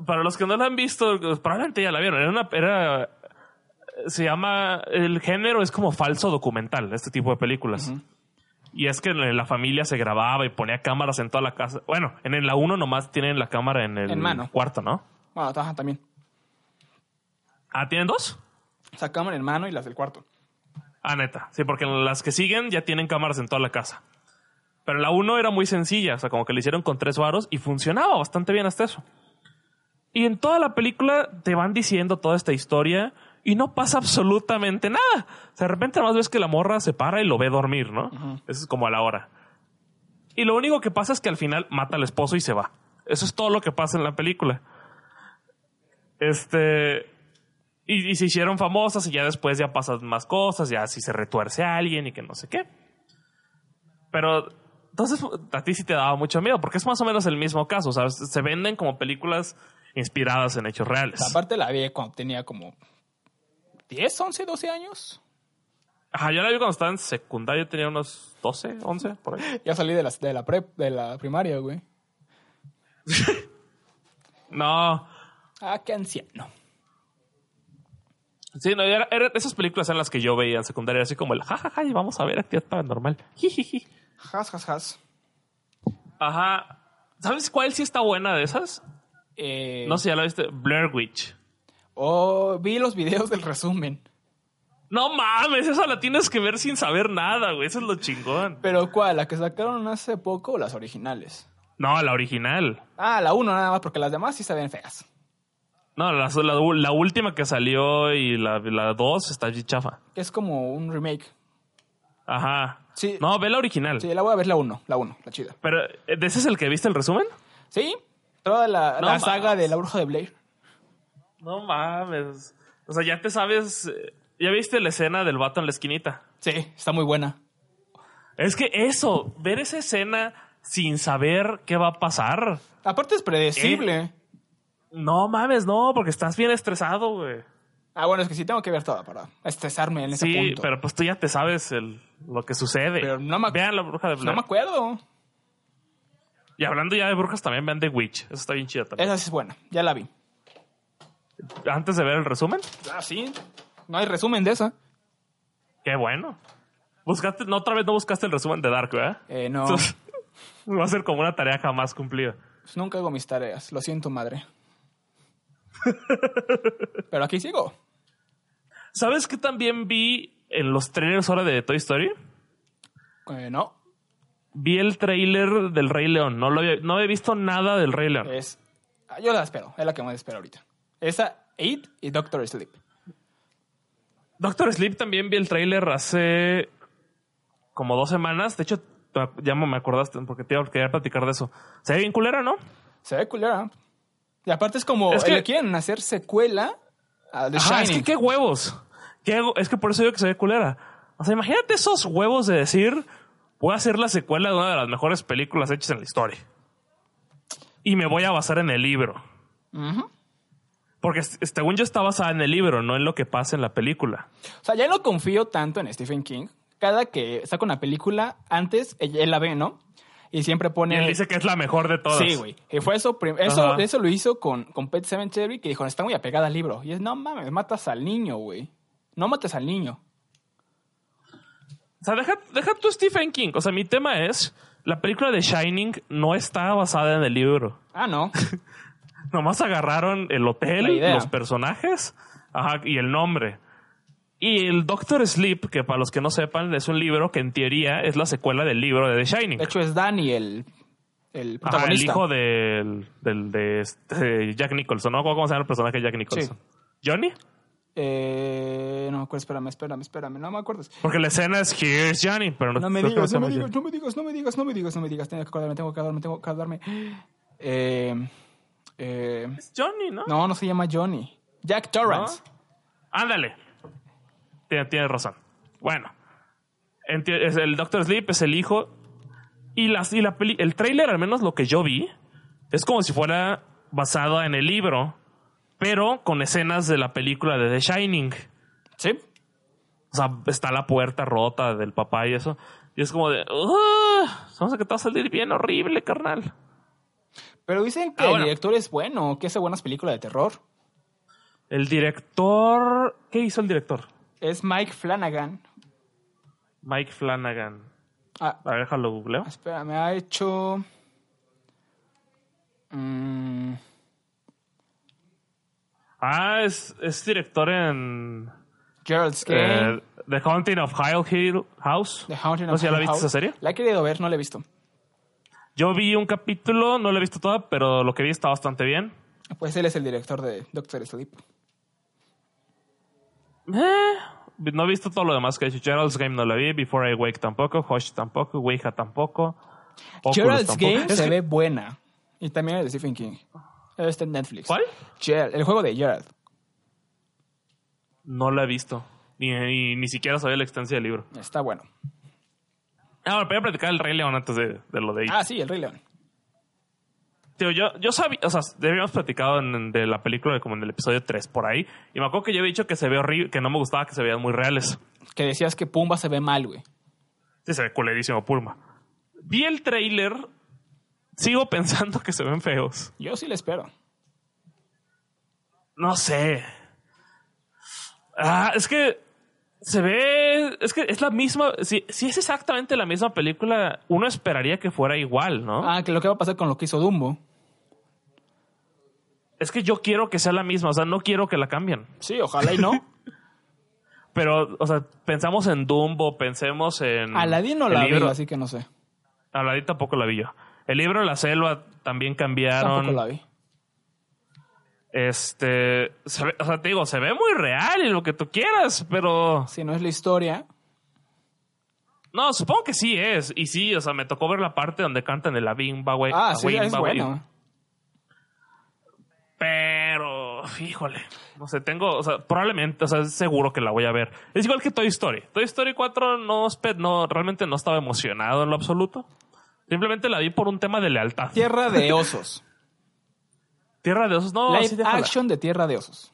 A: para los que no la han visto, pues, probablemente ya la vieron. Era una. Era, se llama. El género es como falso documental, este tipo de películas.
B: Ujú.
A: Y es que la familia se grababa y ponía cámaras en toda la casa. Bueno, en la 1 nomás tienen la cámara en el
B: En mano.
A: cuarto, ¿no?
B: Bueno, ajá, también.
A: Ah, ¿tienen dos?
B: Sacaban en mano y las del cuarto.
A: Ah, neta. Sí, porque en las que siguen ya tienen cámaras en toda la casa. Pero la 1 era muy sencilla, o sea, como que le hicieron con tres varos y funcionaba bastante bien hasta eso. Y en toda la película te van diciendo toda esta historia y no pasa absolutamente nada. O sea, de repente más ves que la morra se para y lo ve dormir, ¿no?
B: Ujú.
A: Eso es como a la hora. Y lo único que pasa es que al final mata al esposo y se va. Eso es todo lo que pasa en la película. Este. Y, y se hicieron famosas y ya después ya pasan más cosas, ya si se retuerce a alguien y que no sé qué. Pero entonces a ti sí te daba mucho miedo, porque es más o menos el mismo caso, ¿sabes? Se venden como películas inspiradas en hechos reales.
B: Aparte la vi cuando tenía como 10, 11, 12 años.
A: Ajá, yo la vi cuando estaba en secundaria, yo tenía unos 12, 11, por ahí.
B: Ya salí de la, de la, prep, de la primaria, güey.
A: No,
B: Ah, qué anciano.
A: sí, no, era- era- esas películas eran las que yo veía en secundaria, así como el jajaja, y vamos a ver actividad paranormal. Jijiji.
B: Has, has, has.
A: Ajá. ¿Sabes cuál sí está buena de esas?
B: Eh,
A: No sé, ya la viste, Blair Witch.
B: Oh, vi los videos del resumen.
A: No mames, esa la tienes que ver sin saber nada, güey. Eso es lo chingón.
B: Pero ¿cuál? ¿La que sacaron hace poco o las originales?
A: No, la original.
B: Ah, la uno nada más, porque las demás sí se ven feas.
A: No, la, la- la última que salió y la, la dos está allí chafa.
B: Que es como un remake.
A: Ajá.
B: Sí.
A: No, ve la original.
B: Sí, la voy a ver la uno, la uno, la chida.
A: Pero, ¿eh, ¿de ese es el que viste el resumen?
B: Sí, toda la,
A: No
B: la
A: más.
B: saga de la bruja de Blair.
A: No mames. O sea, ya te sabes. eh, Ya viste la escena del vato en la esquinita.
B: Sí, está muy buena.
A: Es que eso, ver esa escena sin saber qué va a pasar.
B: Aparte es predecible.
A: Eh. No mames, no, porque estás bien estresado, güey.
B: Ah, bueno, es que sí tengo que ver toda para estresarme en ese
A: Sí,
B: punto.
A: pero pues tú ya te sabes el- lo que sucede.
B: Pero no me ac-
A: Vean pues, la bruja de Blair.
B: No me acuerdo.
A: y hablando ya de brujas, también vean The Witch. Eso está bien chido también.
B: Esa sí es buena, ya la vi.
A: Antes de ver el resumen,
B: Ah, sí. No hay resumen de esa.
A: qué bueno. Buscaste, no, otra vez no buscaste el resumen de Dark, ¿verdad?
B: Eh, no,
A: Entonces, va a ser como una tarea jamás cumplida.
B: pues nunca hago mis tareas. Lo siento, madre. Pero aquí sigo.
A: ¿Sabes qué también vi en los trailers ahora de Toy Story?
B: Eh, no,
A: Vi el trailer del Rey León. No, lo había- no he visto nada del Rey León.
B: es... ah, Yo la espero, es la que más espero ahorita. Esa, Eight y Doctor Sleep.
A: Doctor Sleep también vi el tráiler hace como dos semanas. De hecho, ta- ya me me acordaste porque te iba a querer platicar de eso. Se ve bien culera, ¿no?
B: Se ve culera. Y aparte es como...
A: Es que-
B: Le quieren hacer secuela a The
A: Ajá, es
B: Shining.
A: que qué huevos. Qué hu- es que por eso digo que se ve culera. O sea, imagínate esos huevos de decir, voy a hacer la secuela de una de las mejores películas hechas en la historia. Y me voy a basar en el libro.
B: Ujú.
A: Porque s- según yo está basada en el libro, no en lo que pasa en la película.
B: O sea, ya no confío tanto en Stephen King. Cada que saca una película, antes él él la ve, ¿no? y siempre
A: Y
B: pone...
A: él dice que es la mejor de todas.
B: Eh, Sí, güey. Y fue eso, prim- eso,
A: Ajá.
B: eso lo hizo con, con Pet Cemetery, que dijo, está muy apegada al libro. Y es, no mames, matas al niño, güey. No mates al niño.
A: O sea, deja, deja tú Stephen King. O sea, mi tema es, la película de Shining no está basada en el libro.
B: Ah, no.
A: Nomás agarraron el
B: La
A: hotel,
B: idea.
A: los personajes ajá, y el nombre. Y el Doctor Sleep, que para los que no sepan, es un libro que en teoría es la secuela del libro de The Shining.
B: De hecho, es Danny el,
A: Ajá, Ah,
B: el
A: el
B: protagonista.
A: hijo del, del- de este, Jack Nicholson. No me acuerdo cómo se llama el personaje de Jack Nicholson. ¿Johnny?
B: Eh, no me acuerdo, espérame, espérame, espérame. No me acuerdo.
A: Porque la escena es Here's Johnny, pero no,
B: No me
A: creo que
B: digas,
A: se
B: no me
A: llama
B: digas, no me digas, no me digas, no me digas, no me digas. Tengo que acordarme, tengo que acordarme, tengo que acordarme. Eh, eh,
A: Johnny, ¿no?
B: no, no se llama Johnny. Jack Torrance.
A: Ándale. Tien- Tienes razón. Bueno. Enti- es el Doctor Sleep es el hijo. Y, las, y la peli- el trailer, al menos lo que yo vi, es como si fuera basada en el libro, pero con escenas de la película de The Shining.
B: Sí.
A: O sea, está la puerta rota del papá y eso. Y es como de, "Ah, vamos a que te va a salir bien horrible, carnal.
B: Pero dicen que
A: Ah,
B: el
A: bueno.
B: director es bueno, que hace buenas películas de terror.
A: El director, ¿qué hizo el director?
B: Es Mike Flanagan.
A: Mike Flanagan.
B: Ah,
A: A ver, déjalo googleo.
B: espérame, ha hecho. mm,
A: Ah, es, es director en
B: Gerald's Game.
A: eh, The Haunting of Hill Hill House.
B: The Haunting
A: no
B: of
A: sé si ya la
B: Hill
A: viste esa
B: House.
A: serie.
B: La he querido ver, no la he visto.
A: Yo vi un capítulo, no la he visto toda, pero lo que vi está bastante bien.
B: Pues él es el director de Doctor Sleep.
A: Eh, no he visto todo lo demás que he hecho. Gerald's Game no la vi, Before I Wake tampoco, Hush tampoco, Ouija tampoco. Oculus
B: Gerald's
A: tampoco.
B: Game
A: Es
B: se
A: que-
B: ve buena. Y también el de Stephen King. Este en Netflix.
A: ¿Cuál?
B: Gerald, el juego de Gerald.
A: No la he visto. Ni, ni, ni siquiera sabía la extensión del libro. Ah,
B: Está bueno.
A: Ahora, voy a platicar el Rey León antes de, de lo de ahí.
B: Ah, sí, el Rey León.
A: Tío, yo, yo sabía, o sea, ya habíamos platicado en- en- de la película de como en el episodio 3 por ahí, y me acuerdo que yo había dicho que se ve horrible, que no me gustaba que se vean muy reales.
B: Que decías que Pumba se ve mal, güey.
A: Sí, se ve culerísimo Pulma. Vi el trailer, sigo pensando que se ven feos.
B: Yo sí le espero.
A: No sé. Ah, es que se ve, es que es la misma, si, si es exactamente la misma película, uno esperaría que fuera igual, ¿no?
B: Ah, que lo que va a pasar con lo que hizo Dumbo.
A: Es que yo quiero que sea la misma, o sea, no quiero que la cambien.
B: Sí, ojalá y no.
A: Pero, o sea, pensamos en Dumbo, pensemos en.
B: Aladín no
A: Mm. el
B: la vi,
A: libro.
B: así que no sé.
A: Aladín tampoco la vi yo. El libro La Selva también
B: Tampoco
A: cambiaron.
B: la vi.
A: Este. se ve- o sea, te digo, se ve muy real y lo que tú quieras, pero.
B: Si no es la historia.
A: No, supongo que sí es. Y sí, o sea, me tocó ver la parte donde cantan el Abimba, güey.
B: Ah, sí,
A: Abimba,
B: es
A: güey.
B: bueno.
A: Pero, híjole, no sé, tengo, o sea, probablemente, o sea, seguro que la voy a ver. Es igual que Toy Story. Toy Story 4 no, espe- no realmente no estaba emocionado en lo absoluto. Simplemente la vi por un tema de lealtad.
B: Tierra de osos.
A: Tierra de osos, no,
B: Live
A: sí, déjala.
B: action de Tierra de osos.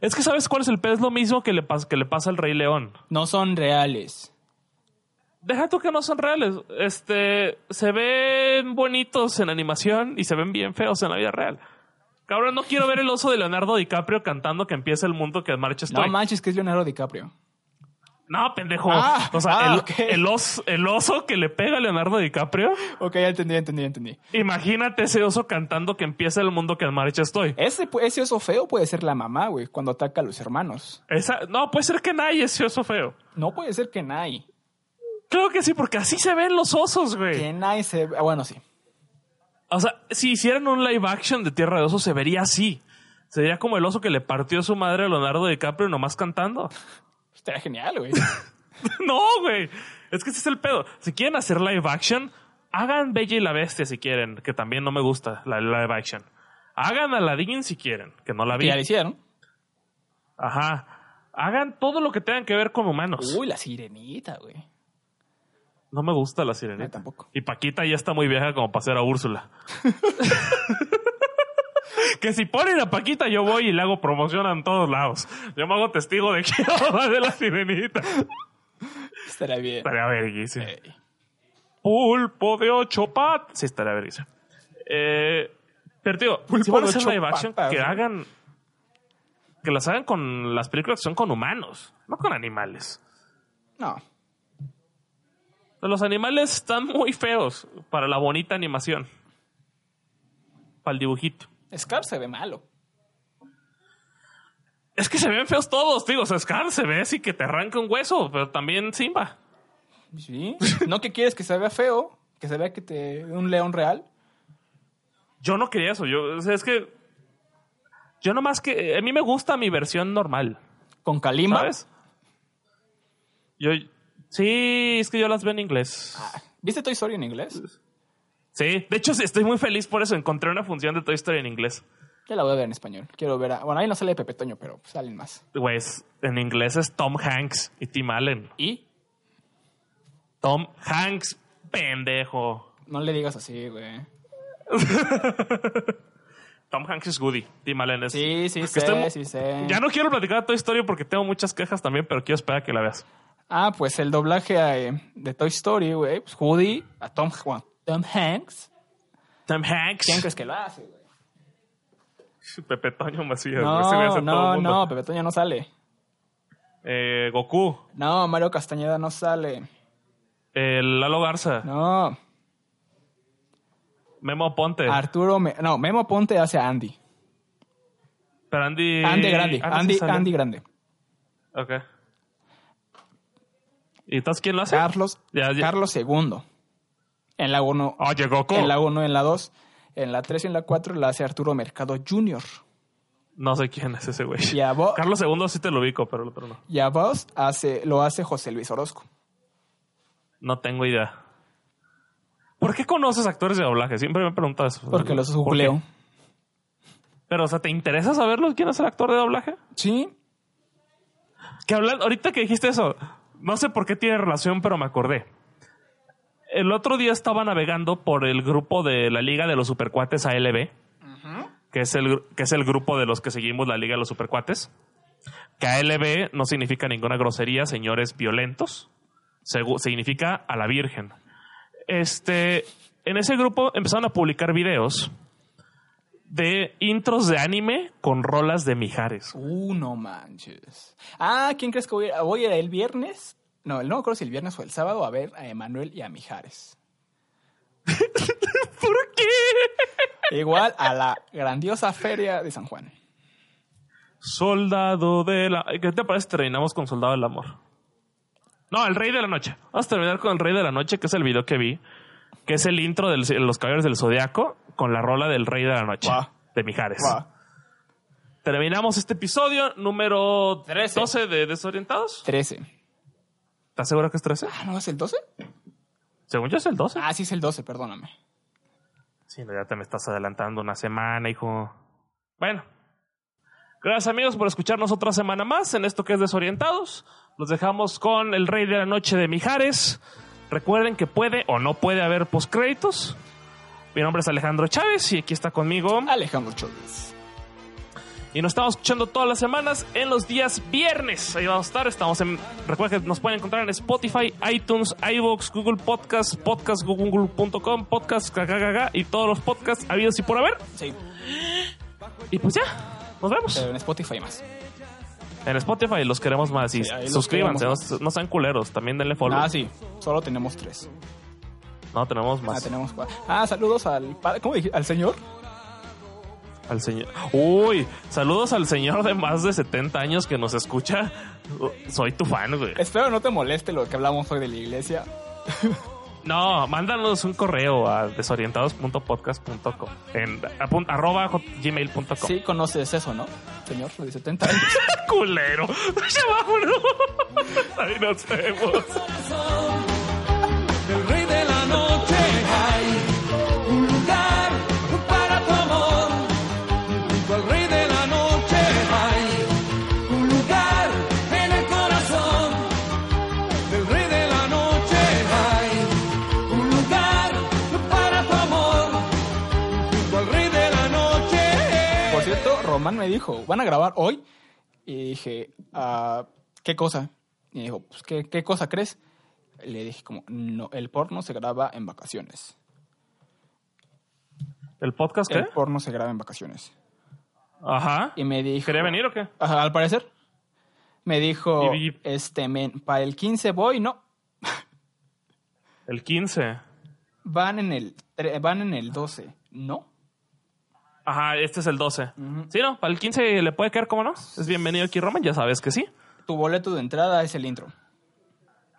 A: Es que sabes cuál es el pez, lo mismo que le, pas- que le pasa al Rey León.
B: No son reales.
A: Deja tú que no son reales. Este, se ven bonitos en animación y se ven bien feos en la vida real. Cabrón, no quiero ver el oso de Leonardo DiCaprio cantando que empieza el mundo que marcha
B: No
A: estoy.
B: manches, que es Leonardo DiCaprio.
A: No, pendejo.
B: Ah,
A: o sea,
B: ah,
A: el,
B: ok.
A: el os- el oso que le pega a Leonardo DiCaprio.
B: Ok, ya entendí, ya entendí, ya entendí.
A: Imagínate ese oso cantando que empieza el mundo que en marcha estoy.
B: Ese, pu- ese oso feo puede ser la mamá, güey, cuando ataca a los hermanos.
A: Esa- no, puede ser que nadie ese oso feo.
B: No puede ser que Nai.
A: Creo que sí, porque así se ven los osos,
B: Que
A: güey.
B: Nai se... ah, Bueno, sí.
A: O sea, si hicieran un live action de Tierra de Osos, se vería así. Sería como el oso que le partió su madre a Leonardo DiCaprio nomás cantando.
B: Estaría genial, güey.
A: no, güey. Es que ese es el pedo. Si quieren hacer live action, hagan Bella y la Bestia si quieren, que también no me gusta la live action. Hagan Aladdin si quieren, que no la
B: Que
A: vi.
B: ya lo hicieron.
A: Ajá. Hagan todo lo que tengan que ver con humanos.
B: Uy, la sirenita, güey.
A: No me gusta la
B: No,
A: sirenita.
B: tampoco.
A: Y Paquita ya está muy vieja como para ser a Úrsula. que si ponen a Paquita, yo voy y le hago promoción en todos lados. Yo me hago testigo de que va de la sirenita.
B: Estaría bien.
A: Estaría verguísima.
B: Ey.
A: Pulpo de ocho patas. Sí, estaría vergüenza. Eh, pero digo,
B: Pulpo
A: si van a
B: de
A: hacer
B: ocho
A: live action,
B: patas,
A: que
B: ¿no?
A: hagan. Que las hagan con las películas que son con humanos, no con animales.
B: No.
A: Los animales están muy feos para la bonita animación. Para el dibujito.
B: Scar se ve malo.
A: Es que se ven feos todos, digo. O sea, Scar se ve así que te arranca un hueso, pero también Simba.
B: Sí. No que quieres que se vea feo, que se vea que te un león real.
A: Yo no quería eso. Yo, o sea, es que. Yo nomás que. A mí me gusta mi versión normal.
B: Con Kalimba.
A: ¿Sabes? Yo. Sí, es que yo las veo en inglés.
B: ¿Viste Toy Story en inglés?
A: Sí, de hecho sí, estoy muy feliz por eso. Encontré una función de Toy Story en inglés.
B: Ya la voy a ver en español. Quiero ver a... Bueno, ahí no sale Pepe Toño, pero pues, salen más.
A: Güey, es- Pues, en inglés es Tom Hanks y Tim Allen.
B: Y
A: Tom Hanks, pendejo.
B: no le digas así, güey.
A: Tom Hanks es Woody. Tim Allen es.
B: Sí, sí,
A: que
B: sé,
A: estoy mu-
B: sí, sé.
A: Ya no quiero platicar de Toy Story porque tengo muchas quejas también, pero quiero esperar a que la veas.
B: Ah, pues el doblaje eh, de Toy Story, güey. Pues Woody, a Tom, bueno, Tom Hanks.
A: Tom Hanks.
B: ¿Quién crees que lo hace, güey?
A: Pepe Toño Macías. güey, se me hace
B: No,
A: todo
B: no,
A: el mundo.
B: no, Pepe Toño no sale.
A: Eh, Goku.
B: No, Mario Castañeda no sale.
A: eh, Lalo Garza.
B: No,
A: Memo Ponte.
B: Arturo, Me- no, Memo Ponte hace a Andy.
A: pero Andy.
B: Andy Grande,
A: Ah, no, sí
B: Andy,
A: sale.
B: Andy Grande.
A: Ok. ¿Y entonces quién lo hace?
B: Carlos,
A: Ya, ya.
B: Carlos II. En la 1,
A: Oye, Goku.
B: en la 1, en la 2, en la 3 y en la 4 la hace Arturo Mercado Jr.
A: No sé quién es ese güey.
B: Y a, Bo-
A: Carlos II sí te lo ubico, pero el otro no.
B: y a Buzz hace, lo hace José Luis Orozco.
A: No tengo idea. ¿Por qué conoces actores de doblaje? Siempre me he preguntado eso.
B: Porque los
A: ¿Por
B: googleo.
A: qué? Pero, o sea, ¿te interesa saberlo? ¿Quién es el actor de doblaje?
B: Sí,
A: Que hablan, ahorita que dijiste eso, no sé por qué tiene relación, pero me acordé. El otro día estaba navegando por el grupo de la Liga de los Supercuates ALB, que, es el, gru- que es el grupo de los que seguimos la Liga de los Supercuates. Que ALB no significa ninguna grosería, señores violentos. Segu- significa a la Virgen. Este, en ese grupo empezaron a publicar videos de intros de anime con rolas de Mijares.
B: Uh, no manches. Ah, ¿quién crees que voy a ir? Voy a ir el viernes. No, no me acuerdo si el viernes o el sábado a ver a Emanuel y a Mijares.
A: ¿Por qué?
B: Igual a la grandiosa feria de San Juan.
A: Soldado del amor. ¿Qué te parece si terminamos con Soldado del Amor? No, El Rey de la Noche. Vamos a terminar con El Rey de la Noche, que es el video que vi, que es el intro de Los Caballeros del Zodiaco con la rola del Rey de la Noche
B: Guau.
A: de Mijares.
B: Va.
A: Terminamos este episodio número
B: Trece.
A: 12 de Desorientados.
B: 13.
A: ¿Estás seguro que es 13?
B: Ah, ¿no es el 12?
A: Según yo es el 12.
B: Ah, sí es el 12, perdóname.
A: Sí, no, ya te me estás adelantando una semana, hijo. Bueno. Gracias amigos por escucharnos otra semana más en esto que es Desorientados. Los dejamos con El Rey de la Noche de Mijares. Recuerden que puede o no puede haber postcréditos. Mi nombre es Alejandro Chávez y aquí está conmigo.
B: Alejandro Chávez.
A: Y nos estamos escuchando todas las semanas en los días viernes. Ahí vamos a estar. Estamos en. Recuerden que nos pueden encontrar en Spotify, iTunes, iVoox, Google Podcast, Podcast, Google.com, Podcast, gagagaga, y todos los podcasts habidos y por haber.
B: Sí,
A: Y pues ya, nos vemos.
B: pero en Spotify más.
A: En Spotify los queremos más. Y
B: Sí, ahí los
A: suscríbanse, no,
B: queremos
A: no sean culeros. También denle follow.
B: Ah, sí. Solo tenemos tres.
A: No, tenemos
B: Ah,
A: más.
B: tenemos cuatro. Ah, saludos al padre. ¿Cómo dije? ¿Al señor?
A: Al señor. Uy, saludos al señor de más de 70 años que nos escucha. Uh, Soy tu fan, güey.
B: Espero no te moleste lo que hablamos hoy de la iglesia.
A: No, mándanos un correo a desorientados.podcast.com. En a pun- arroba hot- gmail.com.
B: Sí, conoces eso, ¿no? Señor, lo de 70 años.
A: culero. Ya vámonos. Ahí nos vemos.
C: del rey de la noche hay un lugar para tu amor. Junto al rey de la noche hay un lugar en el corazón. Del rey de la noche hay un lugar para tu amor. Junto al rey de la noche.
B: Por cierto, Román me dijo, ¿van a grabar hoy? Y dije, ah, ¿qué cosa? Y me dijo, pues, ¿qué, qué cosa crees? le dije como, no, el porno se graba en vacaciones.
A: ¿El podcast qué?
B: El porno se graba en vacaciones.
A: Ajá.
B: Y me dijo...
A: ¿Quería venir o qué?
B: Ajá, al parecer. Me dijo,
A: Y- y-
B: este, para el 15 voy, no.
A: El 15.
B: Van en el, tre- van en el 12, no.
A: Ajá, este es el 12. Sí, ¿no? Para el 15 le puede caer, ¿cómo no? Es bienvenido aquí, Roman, ya sabes que sí.
B: Tu boleto de entrada es el intro.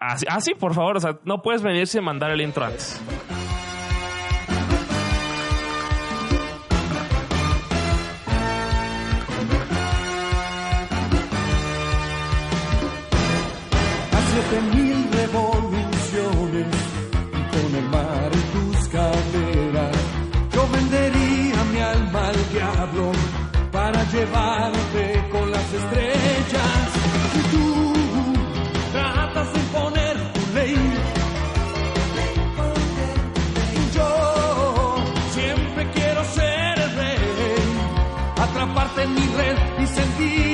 A: Ah, sí, ah, sí, por favor, o sea, no puedes venir sin mandar el intro antes.
C: a siete mil revoluciones y con el mar en tus caderas. Yo vendería mi alma al diablo para llevarte con las estrellas. Y tú tratas de imponer tu ley. Y Yo siempre quiero ser el rey, atraparte en mi red y sentir